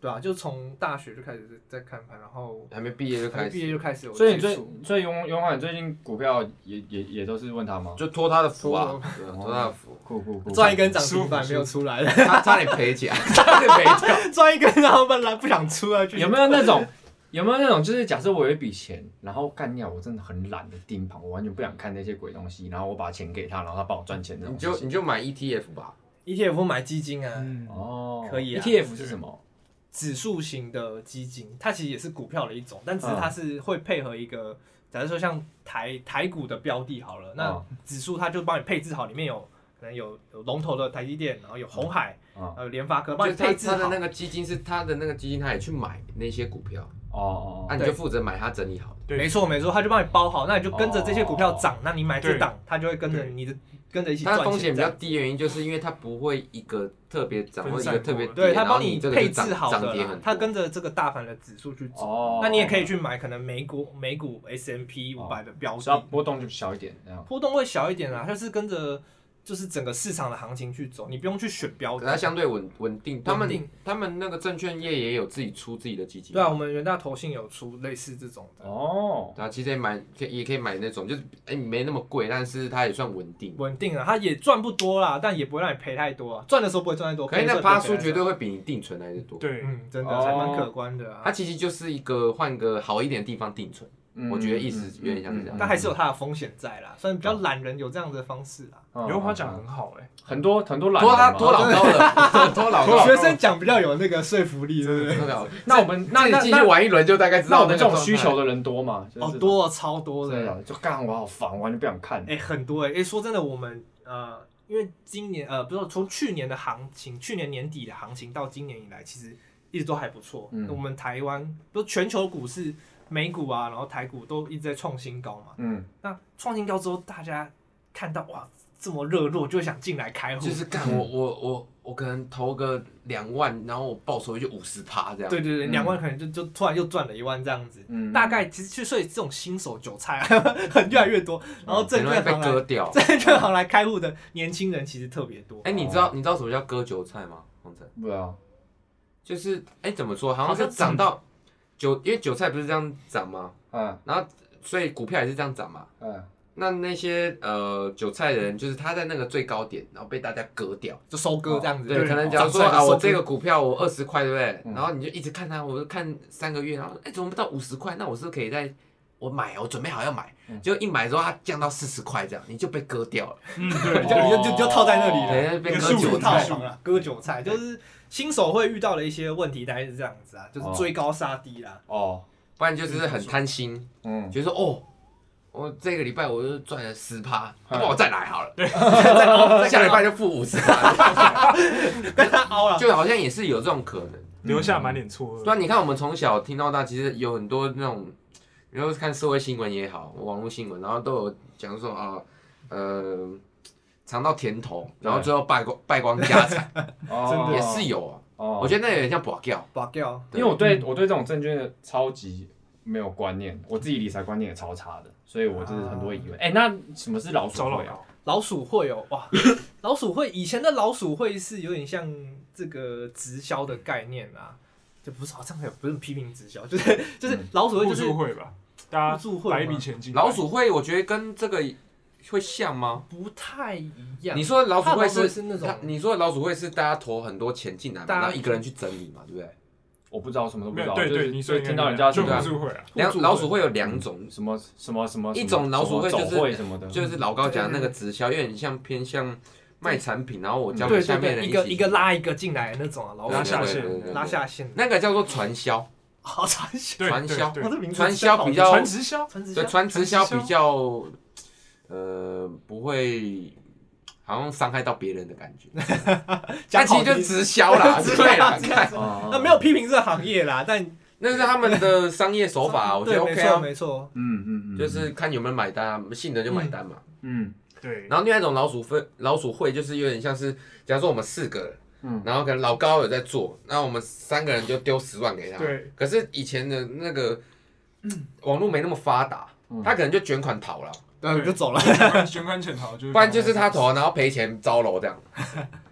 Speaker 5: 对啊，就从大学就开始在在看盘，然后
Speaker 2: 还没毕业就开
Speaker 5: 还没毕业
Speaker 2: 始，
Speaker 5: 就开始有
Speaker 1: 所以你
Speaker 5: 接
Speaker 1: 最
Speaker 5: 触
Speaker 1: 所以永永汉最近股票也也也都是问他吗？
Speaker 2: 就托他的福啊
Speaker 5: 托，
Speaker 2: 对
Speaker 4: 哦
Speaker 2: 啊托他的福，
Speaker 1: 酷酷酷！
Speaker 5: 赚一根涨
Speaker 4: 舒
Speaker 5: 停
Speaker 4: 服
Speaker 5: 板
Speaker 4: 舒
Speaker 5: 没有出来，
Speaker 2: 他差点赔钱， *laughs* 差点赔掉。
Speaker 5: *laughs* 赚一根然后本来不想出来，就
Speaker 1: 有没有那种？有没有那种就是假设我有一笔钱，然后干掉我真的很懒的盯盘，我完全不想看那些鬼东西，然后我把钱给他，然后他帮我赚钱那种
Speaker 2: 你就
Speaker 1: 事情。
Speaker 2: 你就买 ETF 吧，
Speaker 5: ETF E 买基金啊，
Speaker 4: 嗯，
Speaker 1: 哦，
Speaker 5: 可以啊
Speaker 1: ETF 是什么？
Speaker 5: 指数型的基金，它其实也是股票的一种，但
Speaker 2: 嗯
Speaker 5: 只是它是会配合一个，假如说像台台股的标的好了，那
Speaker 1: 嗯
Speaker 5: 指数它就帮你配置好，里面有可能有有龙头的台积电，然后有红海，
Speaker 1: 嗯
Speaker 5: 然后有联发科，帮
Speaker 2: 就
Speaker 5: 你
Speaker 2: 是他
Speaker 5: 配置
Speaker 2: 他的
Speaker 5: 好
Speaker 2: 那。个基金是他的那个基金，他也去买那些股票，
Speaker 1: 哦哦
Speaker 2: 啊，
Speaker 1: 哦，
Speaker 2: 你就负责买他整理好的。
Speaker 4: 对
Speaker 5: 没错没错，它就帮你包好，那你就跟着这些股票涨，那你买这
Speaker 4: 对
Speaker 5: 档，它就会跟着你的跟着一起
Speaker 2: 哦它
Speaker 5: 赚
Speaker 2: 的风险
Speaker 5: 钱
Speaker 2: 比
Speaker 5: 这
Speaker 2: 较
Speaker 5: 样。
Speaker 2: 低，的原因就是因为它不会一个特别涨或
Speaker 4: 分
Speaker 2: 一
Speaker 4: 散
Speaker 2: 个特别
Speaker 4: 过
Speaker 2: 跌，
Speaker 5: 对，它
Speaker 2: 然后
Speaker 5: 帮
Speaker 2: 你这个
Speaker 5: 配
Speaker 2: 就涨
Speaker 5: 置好
Speaker 2: 涨
Speaker 5: 的
Speaker 2: 跌
Speaker 5: 啦
Speaker 2: 很，
Speaker 5: 它
Speaker 2: 多
Speaker 5: 跟着这个大盘的指数去走。
Speaker 1: 哦
Speaker 5: 那你也可以去买可能美股美股 S M P
Speaker 2: 哦
Speaker 5: 五百的标
Speaker 2: 啊
Speaker 1: 只要
Speaker 5: 的，
Speaker 1: 波动就小一点这样。
Speaker 5: 波动会小一点啦，就是跟着就是整个市场的行情去走，你不用去选标
Speaker 2: 可
Speaker 5: 的。
Speaker 2: 它相对稳稳定。他
Speaker 5: 稳
Speaker 2: 们
Speaker 5: 定
Speaker 2: 他们那个证券业也有自己出自己的基金，
Speaker 5: 对啊，我们元大投信有出类似这种的，
Speaker 1: 哦，
Speaker 2: 对啊，其实也买可以也可以买那种，就是哎没那么贵，但是它也算稳定。
Speaker 5: 稳定啊，它也赚不多啦，但也不会让你赔太多啊，赚的时候不会赚太多，
Speaker 2: 可以
Speaker 5: 赔的
Speaker 2: 那
Speaker 5: 时候也
Speaker 2: 趴
Speaker 5: 不会
Speaker 2: 数
Speaker 5: 赔太
Speaker 2: 绝
Speaker 5: 多
Speaker 2: 对会比你定存来的多。
Speaker 4: 对，
Speaker 5: 嗯，真的
Speaker 1: 哦
Speaker 5: 还蛮可观的
Speaker 2: 它
Speaker 5: 啊，
Speaker 2: 其实就是一个换个好一点的地方定存，
Speaker 1: 嗯
Speaker 2: 我觉得意思有点像是这样
Speaker 5: 但还是有它的风险在啦，算比较懒人有这样的方式啦。
Speaker 2: 哦
Speaker 1: 嗯
Speaker 4: 刘华
Speaker 1: 嗯
Speaker 4: 讲
Speaker 1: 嗯
Speaker 4: 得很好哎，
Speaker 1: 很多很多懒人
Speaker 2: 拖他
Speaker 1: 嘛啊
Speaker 2: 拖老高啊了， *laughs* 拖老高
Speaker 5: *laughs* 学
Speaker 2: 了。
Speaker 5: 生讲比较有那个说服力，对不对？
Speaker 2: 拖老高了
Speaker 1: 那我们那
Speaker 2: 自己
Speaker 1: 那
Speaker 2: 进去
Speaker 1: 那
Speaker 2: 玩一轮就大概知
Speaker 1: 那
Speaker 2: 道
Speaker 1: 我们这种需
Speaker 2: 的。
Speaker 1: 求的人多嘛？就是
Speaker 2: 啊
Speaker 5: 哦，多超多
Speaker 1: 对
Speaker 5: 的，
Speaker 1: 啊，就干我好烦，我完全不想看。
Speaker 5: 哎，很多哎，哎，说真的，我们呃，因为今年呃，不是从去年的行情，去年年底的行情到今年以来，其实一直都还不错。
Speaker 1: 嗯
Speaker 5: 我们台湾不是全球股市，美股啊，然后台股都一直在创新高嘛。
Speaker 1: 嗯，
Speaker 5: 那创新高之后，大家看到哇这么热络，就会想进来开户。
Speaker 2: 就是干我我我我可能投个两万，然后我报酬率就五十趴这样。
Speaker 5: 对对对，
Speaker 1: 嗯
Speaker 5: 两万可能就就突然又赚了一万这样子。
Speaker 1: 嗯
Speaker 5: 大概其实去所以这种新手韭菜啊 *laughs* 很越来越多，然后证
Speaker 2: 嗯很容易
Speaker 5: 券
Speaker 2: 被
Speaker 5: 行
Speaker 2: 割
Speaker 5: 来
Speaker 2: 掉。
Speaker 5: 证券行来开户的年轻人其实特别多。
Speaker 2: 哎、你知道你知道什么叫割韭菜吗？洪晨，
Speaker 1: 对啊，
Speaker 2: 就是哎、怎么说？好
Speaker 5: 好
Speaker 2: 像
Speaker 5: 像
Speaker 2: 是涨到韭，因为韭菜不是这样涨吗？
Speaker 1: 嗯
Speaker 2: 所以股票也是这样涨嘛。
Speaker 1: 嗯，
Speaker 2: 那那些呃韭菜的人，就是他在那个最高点，然后被大家割掉。
Speaker 5: 就收割这样子，
Speaker 2: 哦对，可能假
Speaker 5: 讲
Speaker 2: 如说啊，我这
Speaker 5: *laughs*
Speaker 2: 个股票我二十块，对不
Speaker 4: 嗯
Speaker 2: 对？然后你就一直看它，我就看三个月，然后哎、怎么不到五十块？那我是不是可以在我买，我准备好要买，结果一买之后它降到四十块，这样你就被割掉了，
Speaker 4: 嗯对
Speaker 5: 你就你就就就套在那里了。
Speaker 2: 对，那被
Speaker 4: 哦一个
Speaker 2: 哎割
Speaker 4: 数
Speaker 2: 韭
Speaker 4: 字
Speaker 2: 菜
Speaker 4: 套。
Speaker 5: 房了，割韭菜就是新手会遇到的一些问题，大概是这样子啊，就是追高杀低啦。
Speaker 1: 哦，
Speaker 2: 不然就是很贪心，
Speaker 1: 嗯，
Speaker 2: 觉得说哦，我这个礼拜我就赚了十趴，
Speaker 4: 嗯
Speaker 2: 不然我 *laughs* 再来好了，
Speaker 4: *laughs*
Speaker 2: 下礼拜就付五十趴，
Speaker 5: 跟他 *laughs* 凹了，
Speaker 2: 就好像也是有这种可能。
Speaker 4: *laughs* 留下满脸错愕。
Speaker 2: 对啊，你看我们从小听到大，其实有很多那种，你后看社会新闻也好，网络新闻，然后都有讲说啊，呃，尝到甜头，然后最后败光败光家产，
Speaker 1: 真
Speaker 2: 也是有啊。
Speaker 1: 哦，
Speaker 2: 我觉得那有点像保掉，
Speaker 5: 拔掉。
Speaker 1: 因为我对我对这种证券的超级没有观念，我自己理财观念也超差的，所以我就是很多
Speaker 2: 啊
Speaker 1: 疑问。哎，那什么是老鼠
Speaker 4: 找老
Speaker 1: 会啊？
Speaker 4: 高，
Speaker 5: 老鼠会哦，哇，老鼠会以前的老鼠会是有点像这个直销的概念啊，就不是好像也不是批评直销，就是
Speaker 2: 嗯
Speaker 5: 就是老鼠会
Speaker 4: 互
Speaker 5: 就是
Speaker 4: 助会吧，大
Speaker 5: 互助
Speaker 4: 家
Speaker 5: 会
Speaker 4: 来一
Speaker 5: 吗
Speaker 4: 笔钱进来。
Speaker 2: 老鼠会，我觉得跟这个会像吗？
Speaker 5: 不太一样。
Speaker 2: 你说的老鼠会
Speaker 5: 它的
Speaker 2: 是
Speaker 5: 老是那
Speaker 2: 他，
Speaker 5: 种
Speaker 2: 你说的老鼠会是大家投很多钱进来嘛，
Speaker 5: 大家
Speaker 2: 然后一个人去整理嘛，对不对？
Speaker 1: 我不知道，什么都不
Speaker 4: 没
Speaker 1: 知
Speaker 4: 有
Speaker 1: 道，
Speaker 4: 对
Speaker 1: 就
Speaker 4: 对，
Speaker 1: 是
Speaker 4: 你
Speaker 1: 就
Speaker 4: 说
Speaker 1: 听到人家
Speaker 4: 应该就
Speaker 1: 什么
Speaker 4: 互助会啊，
Speaker 2: 两
Speaker 5: 互助嗯会
Speaker 2: 老鼠会有两种，
Speaker 1: 什么什么什么
Speaker 2: 一种老鼠会就是
Speaker 1: 什么走会什么的，
Speaker 2: 就是老高讲的那个直销，有点像偏向卖产品，然后我交给
Speaker 5: 嗯对
Speaker 2: 下
Speaker 5: 对
Speaker 2: 面的人
Speaker 5: 对，一
Speaker 2: 起
Speaker 5: 个一个拉一个进来的那种啊，老
Speaker 4: 拉
Speaker 5: 鼠
Speaker 4: 下
Speaker 2: 哦
Speaker 5: 会
Speaker 2: 对对
Speaker 4: 线
Speaker 2: 对对对
Speaker 5: 拉下线，
Speaker 2: 那个叫做传销，
Speaker 5: *laughs* 好传销，
Speaker 4: 对
Speaker 2: 传
Speaker 4: 对
Speaker 2: 销
Speaker 4: 对
Speaker 5: 我，的名字
Speaker 2: 传销比较
Speaker 4: 传直销，
Speaker 5: 传哦直销
Speaker 2: 对，传直销
Speaker 4: 传
Speaker 2: 比
Speaker 4: 直销
Speaker 2: 较，呃，不会好像伤害到别人的感
Speaker 5: *laughs*
Speaker 2: 觉，但
Speaker 5: 讲
Speaker 2: 其
Speaker 5: 好
Speaker 2: 实就
Speaker 5: 听
Speaker 2: 直销啦，
Speaker 5: *laughs* 直销
Speaker 2: 对啦，
Speaker 5: 直销
Speaker 2: 看
Speaker 1: 哦
Speaker 5: 那没有批评这个行业啦，但
Speaker 2: 那是他们的商业手
Speaker 5: *laughs*
Speaker 2: 法啊，我觉得
Speaker 5: 对，
Speaker 2: OK
Speaker 5: 没错
Speaker 2: 啊，
Speaker 5: 没错，
Speaker 1: 嗯嗯嗯，
Speaker 2: 就是看有没有买单啊，信的就买单嘛。
Speaker 1: 嗯
Speaker 4: 对，
Speaker 2: 然后另外一种老鼠分老鼠会就是有点像是，假如说我们四个人，
Speaker 1: 嗯
Speaker 2: 然后可能老高有在做，那我们三个人就丢十万给他。
Speaker 4: 对。
Speaker 2: 可是以前的那个、
Speaker 5: 嗯
Speaker 2: 网络没那么发达，
Speaker 1: 嗯
Speaker 2: 他可能就卷款逃了，
Speaker 5: 对，我就走了。
Speaker 2: 嗯
Speaker 4: 卷款潜逃就是，
Speaker 2: 不然就是他投，然后赔钱招楼这样，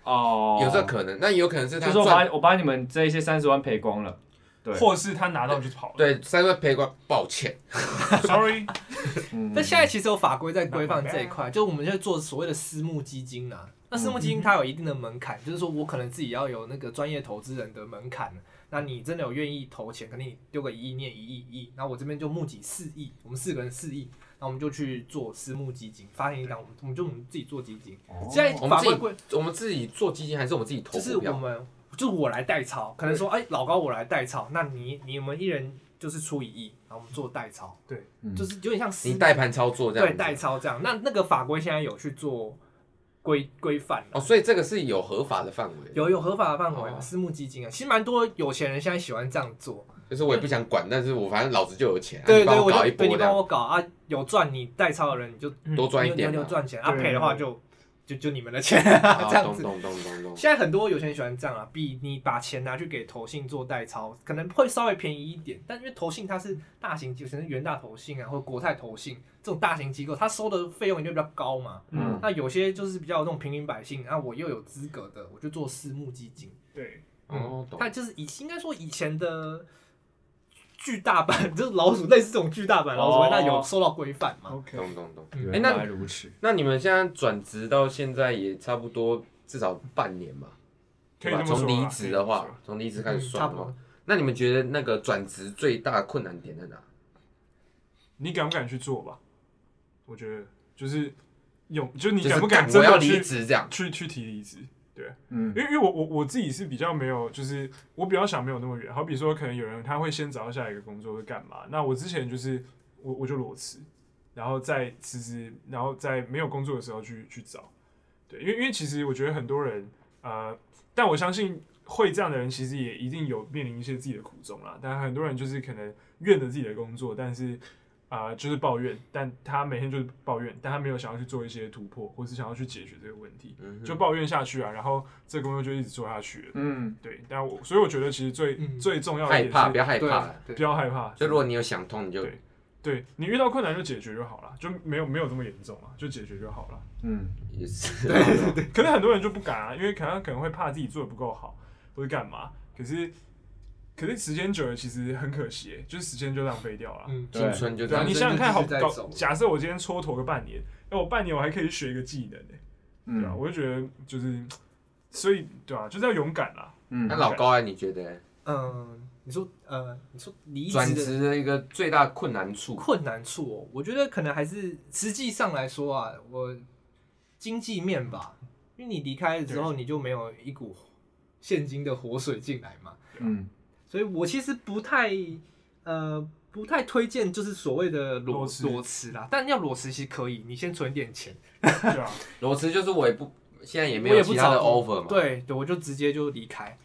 Speaker 1: 哦，
Speaker 2: 有这可能。那也有可能
Speaker 1: 就
Speaker 2: 是他
Speaker 1: 是我
Speaker 2: 赚
Speaker 1: 把我把你们这一些三十万赔光了，对
Speaker 4: 或是他拿到就跑了。
Speaker 2: 对三个赔光，抱歉，
Speaker 4: ，sorry，
Speaker 1: 嗯
Speaker 5: 但现在其实有法规在规范这一块，就我们就做所谓的私募基金呐、那私募基金它有一定的门槛，就是说我可能自己要有那个专业投资人的门槛。那你真的有愿意投钱，可能你丢个一亿、念一亿、一亿，那我这边就募集四亿，我们四个人四亿，那我们就去做私募基金，发行一档，我们我们就我们自己做基金。现在
Speaker 2: 我们
Speaker 5: 法
Speaker 2: 自己
Speaker 5: 规规
Speaker 2: 我们自己做基金还是我们自己投
Speaker 5: 就是
Speaker 2: 股
Speaker 5: 我
Speaker 2: 票？
Speaker 5: 们就是我来代操，可能说哎、老高我来代操，那你你们一人就是出一亿，然后我们做代操，
Speaker 4: 对
Speaker 1: 嗯
Speaker 5: 就是有点像私
Speaker 2: 你代盘操作这样
Speaker 5: 对
Speaker 2: 子，
Speaker 5: 代操这样。那那个法规现在有去做规规范了
Speaker 2: 哦，所以这个是有合法的范围，
Speaker 5: 有有合法的范围啊，
Speaker 2: 哦
Speaker 5: 私募基金啊，其实蛮多有钱人现在喜欢这样做。
Speaker 2: 就是我也不想管，但是我反正老子就有钱，啊
Speaker 5: 对
Speaker 2: 你帮
Speaker 5: 对，
Speaker 2: 我
Speaker 5: 我
Speaker 2: 搞一
Speaker 5: 就
Speaker 2: 波
Speaker 5: 对你
Speaker 2: 这
Speaker 5: 帮
Speaker 2: 样，
Speaker 5: 我搞啊，有赚你代操的人你就
Speaker 2: 多赚一
Speaker 5: 牛牛
Speaker 2: 点
Speaker 5: 牛
Speaker 2: 嘛。
Speaker 5: 赚钱，啊
Speaker 4: 对
Speaker 5: 赔的话就就就你们的钱
Speaker 2: 啊
Speaker 5: 啊这样
Speaker 2: 懂
Speaker 5: 子。
Speaker 2: 懂懂懂懂。
Speaker 5: 现在很多有钱人喜欢这样啊，比你把钱拿去给投信做代操，可能会稍微便宜一点，但因为投信它是大型机构，可能是元大投信啊，或者国泰投信这种大型机构，它收的费用一定比较高嘛。
Speaker 1: 嗯
Speaker 5: 那有些就是比较那种平民百姓，那、啊我又有资格的，我就做私募基金。
Speaker 4: 对，
Speaker 2: 哦，懂
Speaker 5: 它。就是以应该说以前的巨大版，就是老鼠类似这种巨大版老鼠会，
Speaker 1: 哦
Speaker 5: 那有受到规范嘛？
Speaker 4: OK
Speaker 2: 懂懂懂。
Speaker 5: 嗯
Speaker 2: 哎
Speaker 1: 原
Speaker 2: 那
Speaker 1: 来如此，
Speaker 2: 那你们现在转职到现在也差不多至少半年嘛，
Speaker 4: 可
Speaker 2: 对
Speaker 4: 以
Speaker 2: 吧
Speaker 4: 这么说啊
Speaker 2: 从离职的
Speaker 4: 可以这么
Speaker 2: 话，从离职开始算
Speaker 5: 嗯差
Speaker 2: 的
Speaker 5: 不多
Speaker 2: 话，。那你们觉得那个转职最大的困难点在哪？
Speaker 4: 你敢不敢去做吧？我觉得就是有，就你
Speaker 2: 就是
Speaker 4: 敢不敢
Speaker 2: 干
Speaker 4: 真
Speaker 2: 我要
Speaker 4: 的
Speaker 2: 离
Speaker 4: 去
Speaker 2: 职这样？
Speaker 4: 去去提离职？
Speaker 1: 嗯
Speaker 4: 因为因为我我我自己是比较没有，就是我比较想没有那么远。好比说，可能有人他会先找到下一个工作会干嘛？那我之前就是我我就裸辞，然后再辞职，然后在没有工作的时候去去找。对，因为因为其实我觉得很多人呃，但我相信会这样的人其实也一定有面临一些自己的苦衷啦。但很多人就是可能怨着自己的工作，但是。啊、就是抱怨，但他每天就是抱怨，但他没有想要去做一些突破，或是想要去解决这个问题。
Speaker 2: 嗯哼
Speaker 4: 就抱怨下去啊，然后这个工作就一直做下去了。
Speaker 1: 嗯
Speaker 4: 对，但我所以我觉得其实最、
Speaker 5: 嗯
Speaker 4: 最重要的
Speaker 2: 害
Speaker 4: 一点
Speaker 2: 怕，不
Speaker 4: 是
Speaker 2: 要害怕啦。
Speaker 5: 对
Speaker 4: 不要害怕，
Speaker 2: 就如果你有想通，你就
Speaker 4: 对对你遇到困难就解决就好了，就没有没有这么严重啊，就解决就好了。
Speaker 1: 嗯，
Speaker 2: 也是。对对
Speaker 4: 可能很多人就不敢啊，因为可能可能会怕自己做的不够好，或者干嘛。可是可是时间久了其实很可惜耶，就是时间就浪费掉了。
Speaker 2: *laughs*
Speaker 5: 嗯，
Speaker 2: 青春就这
Speaker 4: 对啊，
Speaker 2: 样
Speaker 4: 你。想想看，好
Speaker 5: 就继续再
Speaker 4: 搞
Speaker 5: 走，
Speaker 4: 假设我今天蹉跎个半年，那我半年我还可以学一个技能呢、对啊，
Speaker 1: 嗯
Speaker 4: 我就觉得就是，所以对啊，就是要勇敢啦。
Speaker 2: 那
Speaker 1: 嗯，
Speaker 2: 老高啊，你觉得
Speaker 5: 嗯，你说呃，你说离
Speaker 2: 转
Speaker 5: 职的
Speaker 2: 职的一个最大困难处？
Speaker 5: 困难处哦，我觉得可能还是实际上来说啊，我经济面吧，因为你离开了之后，你就没有一股现金的活水进来嘛。
Speaker 1: 嗯
Speaker 5: 所以我其实不太呃不太推荐，就是所谓的裸
Speaker 4: 裸辞
Speaker 5: 裸辞啦。但要裸辞其实可以，你先存点钱，
Speaker 4: 对啊，
Speaker 2: 裸辞就是我也不现在也没
Speaker 5: 我
Speaker 2: 有
Speaker 5: 也不
Speaker 2: 其他的
Speaker 5: 找工
Speaker 2: offer 嘛。
Speaker 5: 对对，我就直接就离开。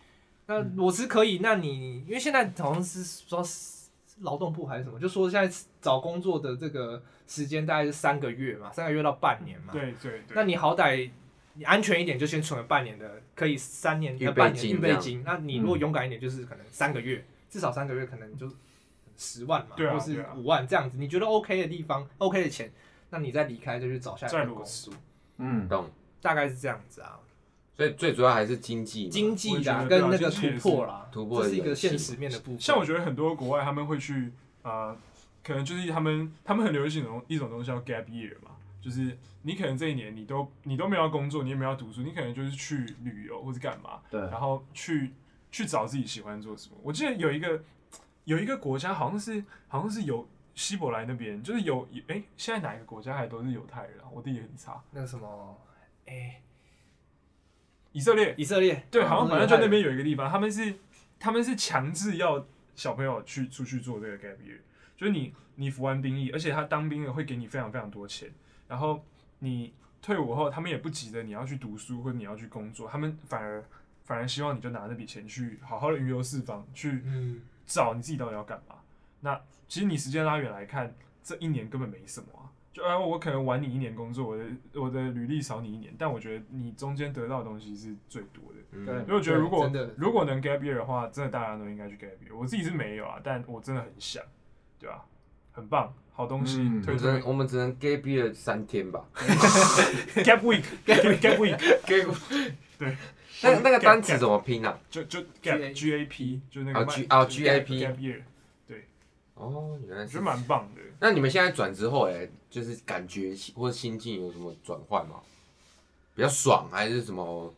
Speaker 5: 那
Speaker 4: 嗯
Speaker 5: 裸辞可以，那你因为现在好像是说是劳动部还是什么，就说现在找工作的这个时间大概是三个月嘛，三个月到半年嘛。
Speaker 4: 对对对。
Speaker 5: 那你好歹你安全一点，就先存了半年的，可以三年
Speaker 2: 预备
Speaker 5: 呃半年
Speaker 2: 金
Speaker 5: 预
Speaker 2: 这
Speaker 5: 备
Speaker 2: 样
Speaker 5: 金。那你
Speaker 4: 嗯
Speaker 5: 如果勇敢一点，就是可能三个月，至少三个月，可能就十万嘛，
Speaker 4: 对啊
Speaker 5: 或是
Speaker 4: 对啊
Speaker 5: 五万这样子，你觉得 OK 的地方，OK 的钱，那你再离开就去找下一
Speaker 4: 再
Speaker 5: 份
Speaker 4: 裸
Speaker 5: 工
Speaker 4: 辞
Speaker 5: 作，
Speaker 1: 嗯
Speaker 2: 懂。
Speaker 5: 大概是这样子啊。
Speaker 2: 所以最主要还是经济嘛。
Speaker 5: 经济的啊
Speaker 4: 我也觉得对
Speaker 5: 跟
Speaker 4: 啊
Speaker 5: 那个
Speaker 4: 经济
Speaker 5: 突
Speaker 4: 也是
Speaker 5: 破啦，
Speaker 2: 突破
Speaker 5: 这是一
Speaker 2: 的
Speaker 5: 个
Speaker 2: 勇气
Speaker 5: 现
Speaker 2: 嘛
Speaker 5: 实面的部分。
Speaker 4: 像我觉得很多国外他们会去呃，可能就是他们他们很流行一种一种东西叫 gap year 嘛，就是你可能这一年你都你都没有要工作，你也没有要读书，你可能就是去旅游或是干嘛，
Speaker 1: 对
Speaker 4: 然后去去找自己喜欢做什么。我记得有一个有一个国家好像是好像是有希伯来那边，就是有哎、现在哪一个国家还都是犹太人啊？我地理很差，
Speaker 5: 那个什么，哎，
Speaker 4: 以色列
Speaker 5: 以色列
Speaker 4: 对，好像
Speaker 5: 哦那
Speaker 4: 反正就
Speaker 5: 个犹太
Speaker 4: 那
Speaker 5: 人
Speaker 4: 边有一个地方，他们是他们是强制要小朋友去出去做这个 gap year，就是你你服完兵役，而且他当兵的会给你非常非常多钱，然后你退伍后，他们也不急着你要去读书或者你要去工作，他们反而反而希望你就拿那笔钱去好好的云游四方，去
Speaker 5: 嗯，
Speaker 4: 找你自己到底要干嘛。那其实你时间拉远来看，这一年根本没什么啊。就哎，我可能晚你一年工作，我的我的履历少你一年，但我觉得你中间得到的东西是最多的。
Speaker 1: 对
Speaker 2: 嗯，
Speaker 4: 因为我觉得如果
Speaker 5: 对真的
Speaker 4: 如果能 gap year 的话，真的大家都应该去 gap year。我自己是没有啊，但我真的很想，对吧、很棒，好东西，
Speaker 1: 嗯
Speaker 4: 推
Speaker 2: 我只能
Speaker 4: 推
Speaker 2: 我们只能 gap year 三天
Speaker 4: *laughs*
Speaker 2: 吧。
Speaker 4: gap
Speaker 2: *laughs*
Speaker 4: week gap gap week *laughs*
Speaker 2: 那个那个
Speaker 4: Gap-
Speaker 2: 单词
Speaker 4: gap
Speaker 2: 怎么拼啊？
Speaker 4: 就就 gap
Speaker 5: GA
Speaker 4: G A P 就是那个
Speaker 2: 啊
Speaker 4: 慢
Speaker 2: G- 啊
Speaker 4: 就是
Speaker 2: GAP
Speaker 4: gap year，
Speaker 2: 哦，原来
Speaker 4: 我觉
Speaker 2: 是
Speaker 4: 得。蛮棒的。
Speaker 2: 那你们现在转之后，哎，就是感觉或者心境有什么转换吗？比较爽还是什么？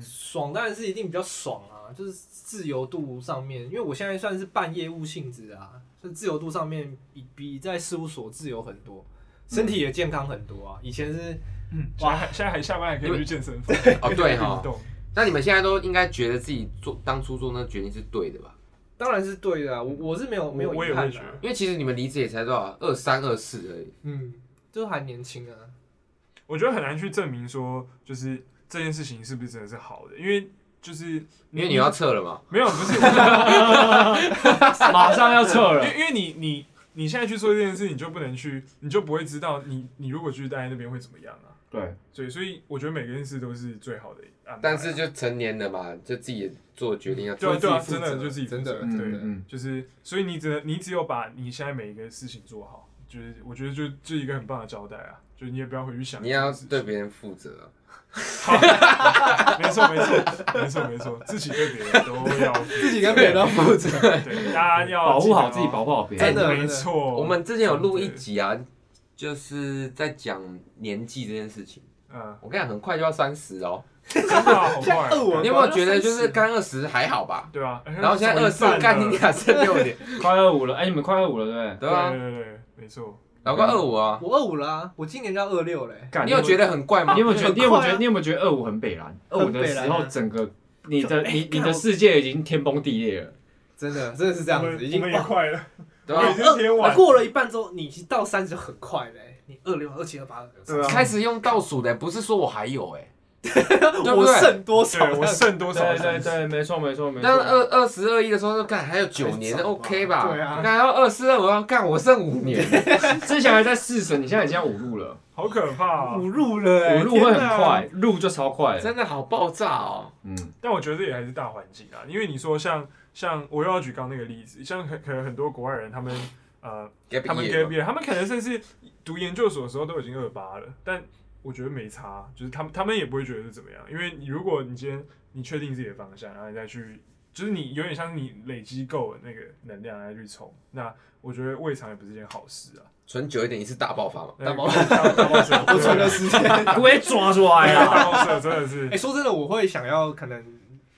Speaker 5: 爽当然是一定比较爽啊，就是自由度上面，因为我现在算是半业务性质啊，所以自由度上面比比在事务所自由很多，身体也健康很多啊。以前是
Speaker 4: 嗯，现在
Speaker 5: 哇
Speaker 4: 还现在还下班还可
Speaker 2: 因
Speaker 4: 以
Speaker 2: 为
Speaker 4: 去
Speaker 2: *laughs*
Speaker 4: 健身房 *laughs*
Speaker 2: 哦，对
Speaker 4: 运
Speaker 2: 哈。
Speaker 4: 动，
Speaker 2: 那你们现在都应该觉得自己做当初做那决定是对的吧？
Speaker 5: 当然是对的啊，我我是没有没有
Speaker 4: 我也
Speaker 5: 遗
Speaker 4: 会
Speaker 5: 憾
Speaker 4: 觉
Speaker 5: 的、
Speaker 4: 得
Speaker 5: 啊，
Speaker 2: 因为其实你们离职也才多少二三二四而已。
Speaker 5: 嗯，就是还年轻啊，
Speaker 4: 我觉得很难去证明说就是这件事情是不是真的是好的，因为就是
Speaker 2: 因为你要撤了嘛，
Speaker 4: 没有不是。
Speaker 1: 马上要撤了
Speaker 4: 因。为因为你你你现在去做这件事，你就不能去，你就不会知道你你如果继续待在那边会怎么样啊。
Speaker 1: 对，
Speaker 4: 所以所以我觉得每件事都是最好的安排啊
Speaker 2: 但是就成年了嘛，就自己做决定要
Speaker 4: 对啊
Speaker 2: 做。
Speaker 4: 对啊，
Speaker 5: 自己
Speaker 4: 真
Speaker 5: 负责
Speaker 4: 的就自己负责
Speaker 5: 真
Speaker 1: 的
Speaker 4: 对，
Speaker 1: 嗯嗯
Speaker 4: 就是所以你只能你只有把你现在每一个事情做好，就是我觉得就这一个很棒的交代啊，就是你也不要回去想
Speaker 2: 你要
Speaker 4: 这件事情
Speaker 2: 对别人负责啊，
Speaker 4: 没错没错没错没错，自己对别人都要负责
Speaker 5: 自己跟别人都负责。
Speaker 4: 对，大家要
Speaker 1: 保护好
Speaker 4: 记
Speaker 1: 自
Speaker 4: 得哦
Speaker 1: 己，保护好别
Speaker 5: 真
Speaker 1: 人。
Speaker 5: 的
Speaker 4: 没错。
Speaker 2: 我们之前有录一
Speaker 4: 真的
Speaker 2: 集啊，就是在讲年纪这件事情。
Speaker 4: 嗯，
Speaker 2: 我跟你讲，很快就要三十哦。
Speaker 4: 真的啊好
Speaker 5: 现在
Speaker 4: 快
Speaker 2: *laughs*
Speaker 5: 二
Speaker 4: 啊，
Speaker 5: 我
Speaker 2: 你有没有觉得就是刚二十还好吧？
Speaker 4: 对啊。 *laughs* 然
Speaker 2: 然后现在二四，干你俩剩六年，
Speaker 1: 快二五了，哎，你们快二五了，对不对？
Speaker 2: 对
Speaker 4: 对
Speaker 2: 啊，
Speaker 4: 对对对，没错。
Speaker 2: 然后快二五啊，
Speaker 5: *laughs* 我二五了啊，我今年就要二六嘞，
Speaker 1: 干
Speaker 2: 你有觉？得很怪吗
Speaker 1: 你？有没有觉得？你有没有觉
Speaker 5: 很快
Speaker 1: 得？
Speaker 5: 啊
Speaker 1: 你有没有觉得二五很北蓝？二五的时
Speaker 5: 很北蓝
Speaker 1: 候，
Speaker 5: 啊
Speaker 1: 整个你的
Speaker 5: 就哎
Speaker 1: 你你
Speaker 5: 干
Speaker 1: 的
Speaker 5: 我
Speaker 1: 世界已经天崩地裂了。
Speaker 5: 真的真的是这
Speaker 4: 这
Speaker 5: 样子，已经
Speaker 4: 我们也快了，
Speaker 2: 对
Speaker 4: 我
Speaker 2: 吧
Speaker 4: 已？经贴完
Speaker 5: 二过了一半之后，你到三十很快嘞、你二六、二七、二八，
Speaker 4: *laughs* 对啊
Speaker 2: 开始用倒数的，不是说我还有哎，对不
Speaker 5: 我
Speaker 2: 对？
Speaker 5: 剩多少
Speaker 4: 对？我剩多少？
Speaker 1: 对对对，没错没错没错。
Speaker 2: 但二二十二一的时候，干还有九年
Speaker 5: 还早吧
Speaker 2: ，OK 吧？
Speaker 5: 对啊
Speaker 2: 你看要二四二，我要干，我剩五年。
Speaker 1: 之前还在四十，你现在已经要五路了，
Speaker 4: 好可怕、啊！
Speaker 5: *laughs* 五入了、欸，
Speaker 1: 五路会
Speaker 5: 天
Speaker 1: 很
Speaker 5: 哪
Speaker 1: 快，路就超快了。
Speaker 2: 真的好爆炸哦！
Speaker 1: 嗯，
Speaker 4: 但我觉得这也还是大环境啊，因为你说像像我又要举刚刚那个例子，像很可能很多国外人他们呃他们 gap year，他们可能甚至读研究所的时候都已经二八了，但我觉得没差，就是他们他们也不会觉得是怎么样，因为你如果你今天你确定自己的方向，然后你再去，就是你有点像你累积够了那个能量来去冲，那我觉得未尝也不是件好事啊。
Speaker 2: 存久一点，一次大爆发嘛。
Speaker 4: 大包大包社，
Speaker 2: *laughs*
Speaker 5: 我存了时间。
Speaker 1: 不会抓出来
Speaker 4: 哎
Speaker 1: 啊
Speaker 4: 大
Speaker 1: 啦。
Speaker 4: 包社真的是
Speaker 5: 哎、说真的，我会想要可能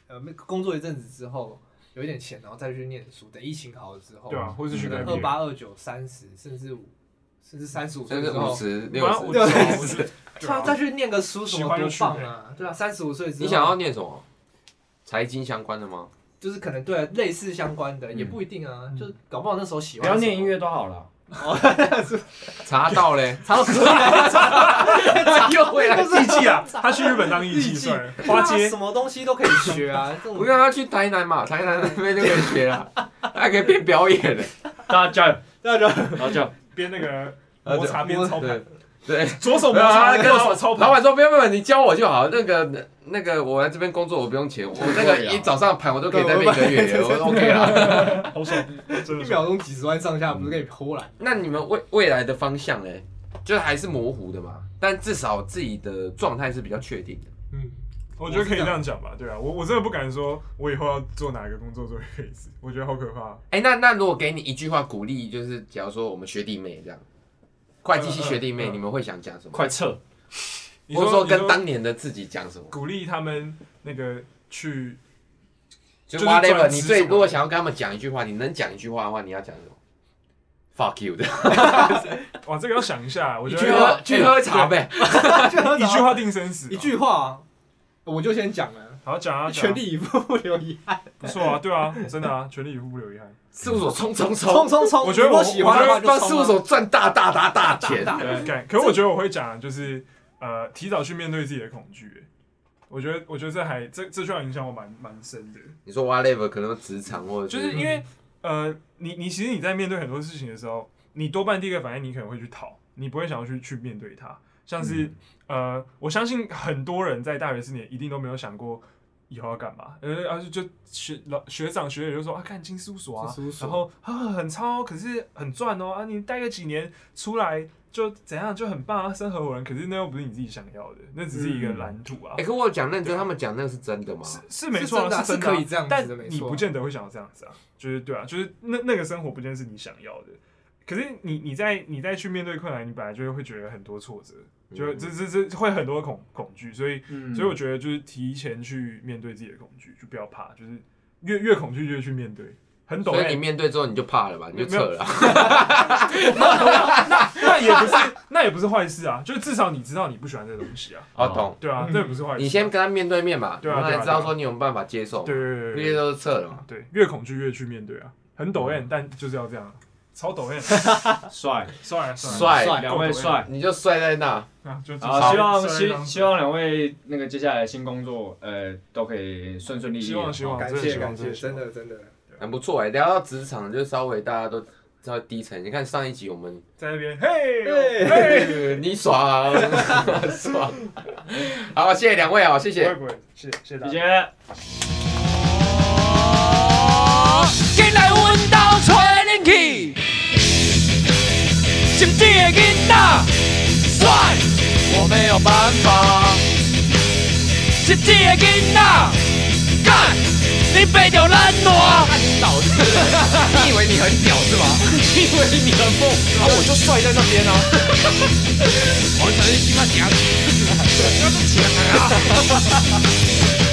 Speaker 5: 呃工作一阵子之后有一点钱，然后再去念书，等疫情好了之后，
Speaker 4: 对啊，或是去
Speaker 5: 可
Speaker 4: 改
Speaker 5: 能
Speaker 4: 变
Speaker 5: 二。八、二九、三十，甚至五，甚至三十五
Speaker 2: 就
Speaker 5: 岁
Speaker 2: 是
Speaker 5: 之
Speaker 2: 五
Speaker 5: 后，
Speaker 2: 十六
Speaker 4: 反正啊我
Speaker 2: 十，
Speaker 5: 对
Speaker 4: 我我是啊
Speaker 5: 他再去念个书什
Speaker 4: 喜
Speaker 5: 么
Speaker 4: 欢就
Speaker 5: 多
Speaker 4: 去
Speaker 5: 棒啊！对啊，三十五岁之后，
Speaker 2: 你想要念什么？财经相关的吗？
Speaker 5: 就是可能对啊、类似相关的、
Speaker 1: 嗯
Speaker 5: 也不一定啊，
Speaker 4: 嗯
Speaker 5: 就搞不好那时候喜
Speaker 1: *laughs* 不
Speaker 5: 欢。
Speaker 1: 要念音，
Speaker 5: *laughs*
Speaker 1: 乐都好了。
Speaker 2: 查到嘞，查到又回来。
Speaker 4: 艺伎啊，他去日本当艺伎算了，花
Speaker 5: 对啊
Speaker 4: 街
Speaker 5: 什么东西都可以学啊，这
Speaker 2: 我
Speaker 5: 种
Speaker 2: 让他去台南嘛，台南那边就可以学了，他还可以变表演的。
Speaker 1: 大家加油，
Speaker 5: 那就
Speaker 1: 大家加油！
Speaker 4: *laughs* 边那个摩擦边操盘，
Speaker 2: 对对，
Speaker 4: 左手摩
Speaker 2: 然后
Speaker 4: 擦，
Speaker 2: 他跟
Speaker 4: 右手
Speaker 2: 老
Speaker 4: 操
Speaker 2: 哦老
Speaker 4: 盘。
Speaker 2: 板说：“不用不用，你教我就好。那个那个，我来这边工作，我不用钱，
Speaker 4: *laughs*
Speaker 2: 我那个
Speaker 4: 啊
Speaker 2: 一早上盘我都可以在那边一个月，我 OK 啊啦。
Speaker 4: 好爽，真的
Speaker 5: 一
Speaker 4: 爽。
Speaker 5: 秒钟几十万上下，不是给你偷懒？
Speaker 2: *laughs* 那你们未未来的方向嘞，就还是模糊的嘛，但至少自己的状态是比较确定的。
Speaker 5: 嗯，
Speaker 4: 我觉得可以这样讲吧，对啊，我我真的不敢说我以后要做哪一个工作做一辈子，我觉得好可怕。
Speaker 2: 哎、那那如果给你一句话鼓励，就是假如说我们学弟妹这样，会计系学弟妹，
Speaker 4: 嗯嗯
Speaker 2: 你们会想讲什么？
Speaker 1: 快撤！
Speaker 4: 你
Speaker 2: 或者说跟
Speaker 4: 你
Speaker 2: 当年的自己讲什么？
Speaker 4: 鼓励他们那个去，
Speaker 2: 就
Speaker 4: 就是
Speaker 2: whatever，
Speaker 4: 转职
Speaker 2: 你
Speaker 4: 什
Speaker 2: 最
Speaker 4: 么的
Speaker 2: 如果想要跟他们讲一句话，你能讲一句话的话，你要讲什么？Fuck you 的，
Speaker 4: 哇，这个要想一下，我
Speaker 2: 一
Speaker 4: 觉
Speaker 2: 句
Speaker 4: 得
Speaker 2: 喝去喝茶呗。
Speaker 4: 嗯
Speaker 5: *laughs*
Speaker 4: 一句话定生死，啊
Speaker 5: 一句话，啊我就先讲了，
Speaker 4: 好讲啊，
Speaker 5: 全力以赴不留遗憾，
Speaker 4: 不错啊，对啊，真的 *laughs* 啊，全力以赴不留遗憾。
Speaker 2: 事务所冲冲
Speaker 5: 冲
Speaker 2: 冲！
Speaker 5: 冲冲！
Speaker 4: 我觉得
Speaker 5: 如果
Speaker 4: 我
Speaker 5: 喜欢的话就
Speaker 2: 帮
Speaker 5: 冲啊
Speaker 2: 事务所赚大大大大钱。
Speaker 5: 大
Speaker 4: 对，呃干可是我觉得我会讲，就是呃，提早去面对自己的恐惧、欸我觉得，我觉得这还这这句话影响我蛮蛮深的，
Speaker 2: 你说 whatever 可能职场或者
Speaker 4: 就是因为呃，你你其实你在面对很多事情的时候，你多半第一个反应你可能会去逃，你不会想要去去面对它。像是、呃，我相信很多人在大学四年一定都没有想过以后要干嘛，呃，而且就学老学长学姐就说啊，看进事务所啊，
Speaker 5: 进事务所
Speaker 4: 然后啊很超，可是很赚哦啊，你待个几年出来就怎样就很棒啊，升合伙人，可是那又不是你自己想要的，那只是一个蓝图啊。
Speaker 2: 哎、可我讲认真，他们讲那个是真的吗？
Speaker 4: 是是没错、啊，
Speaker 5: 嗯是真的啊
Speaker 4: 真的啊、
Speaker 5: 是可以这样子的
Speaker 4: 但
Speaker 5: 没错啊
Speaker 4: 你不见得会想要这样子啊。就是对啊，就是那那个生活不见得是你想要的。可是你你在你在去面对困难，你本来就会觉得很多挫折，就
Speaker 2: 嗯
Speaker 4: 这这这会很多恐恐惧，所以
Speaker 1: 嗯
Speaker 4: 所以我觉得就是提前去面对自己的恐惧，就不要怕，就是越越恐惧越去面对，很懂
Speaker 2: 所以你
Speaker 4: 欸。
Speaker 2: 面对啊之后你就怕了吧，你就撤了啊。
Speaker 4: *laughs* 那也不是那也不是坏事啊，就是至少你知道你不喜欢这东西啊，
Speaker 2: 哦，懂。
Speaker 4: 对啊，
Speaker 5: 嗯
Speaker 4: 这也不是坏事。
Speaker 2: 哦你先跟他面对面嘛，
Speaker 4: 对啊
Speaker 2: 让
Speaker 4: 对
Speaker 2: 他
Speaker 4: 啊
Speaker 2: 知道说你有没有办法接受嘛，
Speaker 4: 对啊对对
Speaker 2: 这
Speaker 4: 对
Speaker 2: 些
Speaker 4: 对
Speaker 2: 都是撤了嘛。
Speaker 4: 对，越恐惧越去面对啊，很抖
Speaker 1: 嗯
Speaker 4: M，但就是要这样，啊超抖 M。
Speaker 1: 帅，
Speaker 4: 算了算了，
Speaker 2: 帅，
Speaker 1: 两位帅。
Speaker 2: 你就摔在那，
Speaker 4: 啊，就
Speaker 1: 好，希望希希望两位那个接下来的新工作，呃，都可以顺顺利利。
Speaker 4: 希望希望，
Speaker 5: 感
Speaker 4: 真的
Speaker 5: 谢
Speaker 4: 希
Speaker 5: 感
Speaker 4: 望
Speaker 5: 谢，真
Speaker 4: 的希望。
Speaker 5: 的真的，
Speaker 2: 很不错哎。聊到职场，就稍微大家都稍微低沉。你看上一集我们，
Speaker 4: 在那边，嘿，
Speaker 5: 对
Speaker 4: 嘿，
Speaker 2: *laughs* 你爽啊，我 *laughs* 爽。好，谢谢两位啊，谢
Speaker 4: 不
Speaker 2: 谢
Speaker 4: 会。不会，谢谢谢谢大
Speaker 1: 谢
Speaker 4: 家。
Speaker 1: 谢。
Speaker 3: 哦，进来阮兜找恁去，心机的囡仔，帅，我没有办法。心机的囡仔，干，你背着咱烂。老子，你以为你很屌是吗？你以为你很猛？啊，我就帅在那边啊。我才是鸡巴强，不要这么强啊！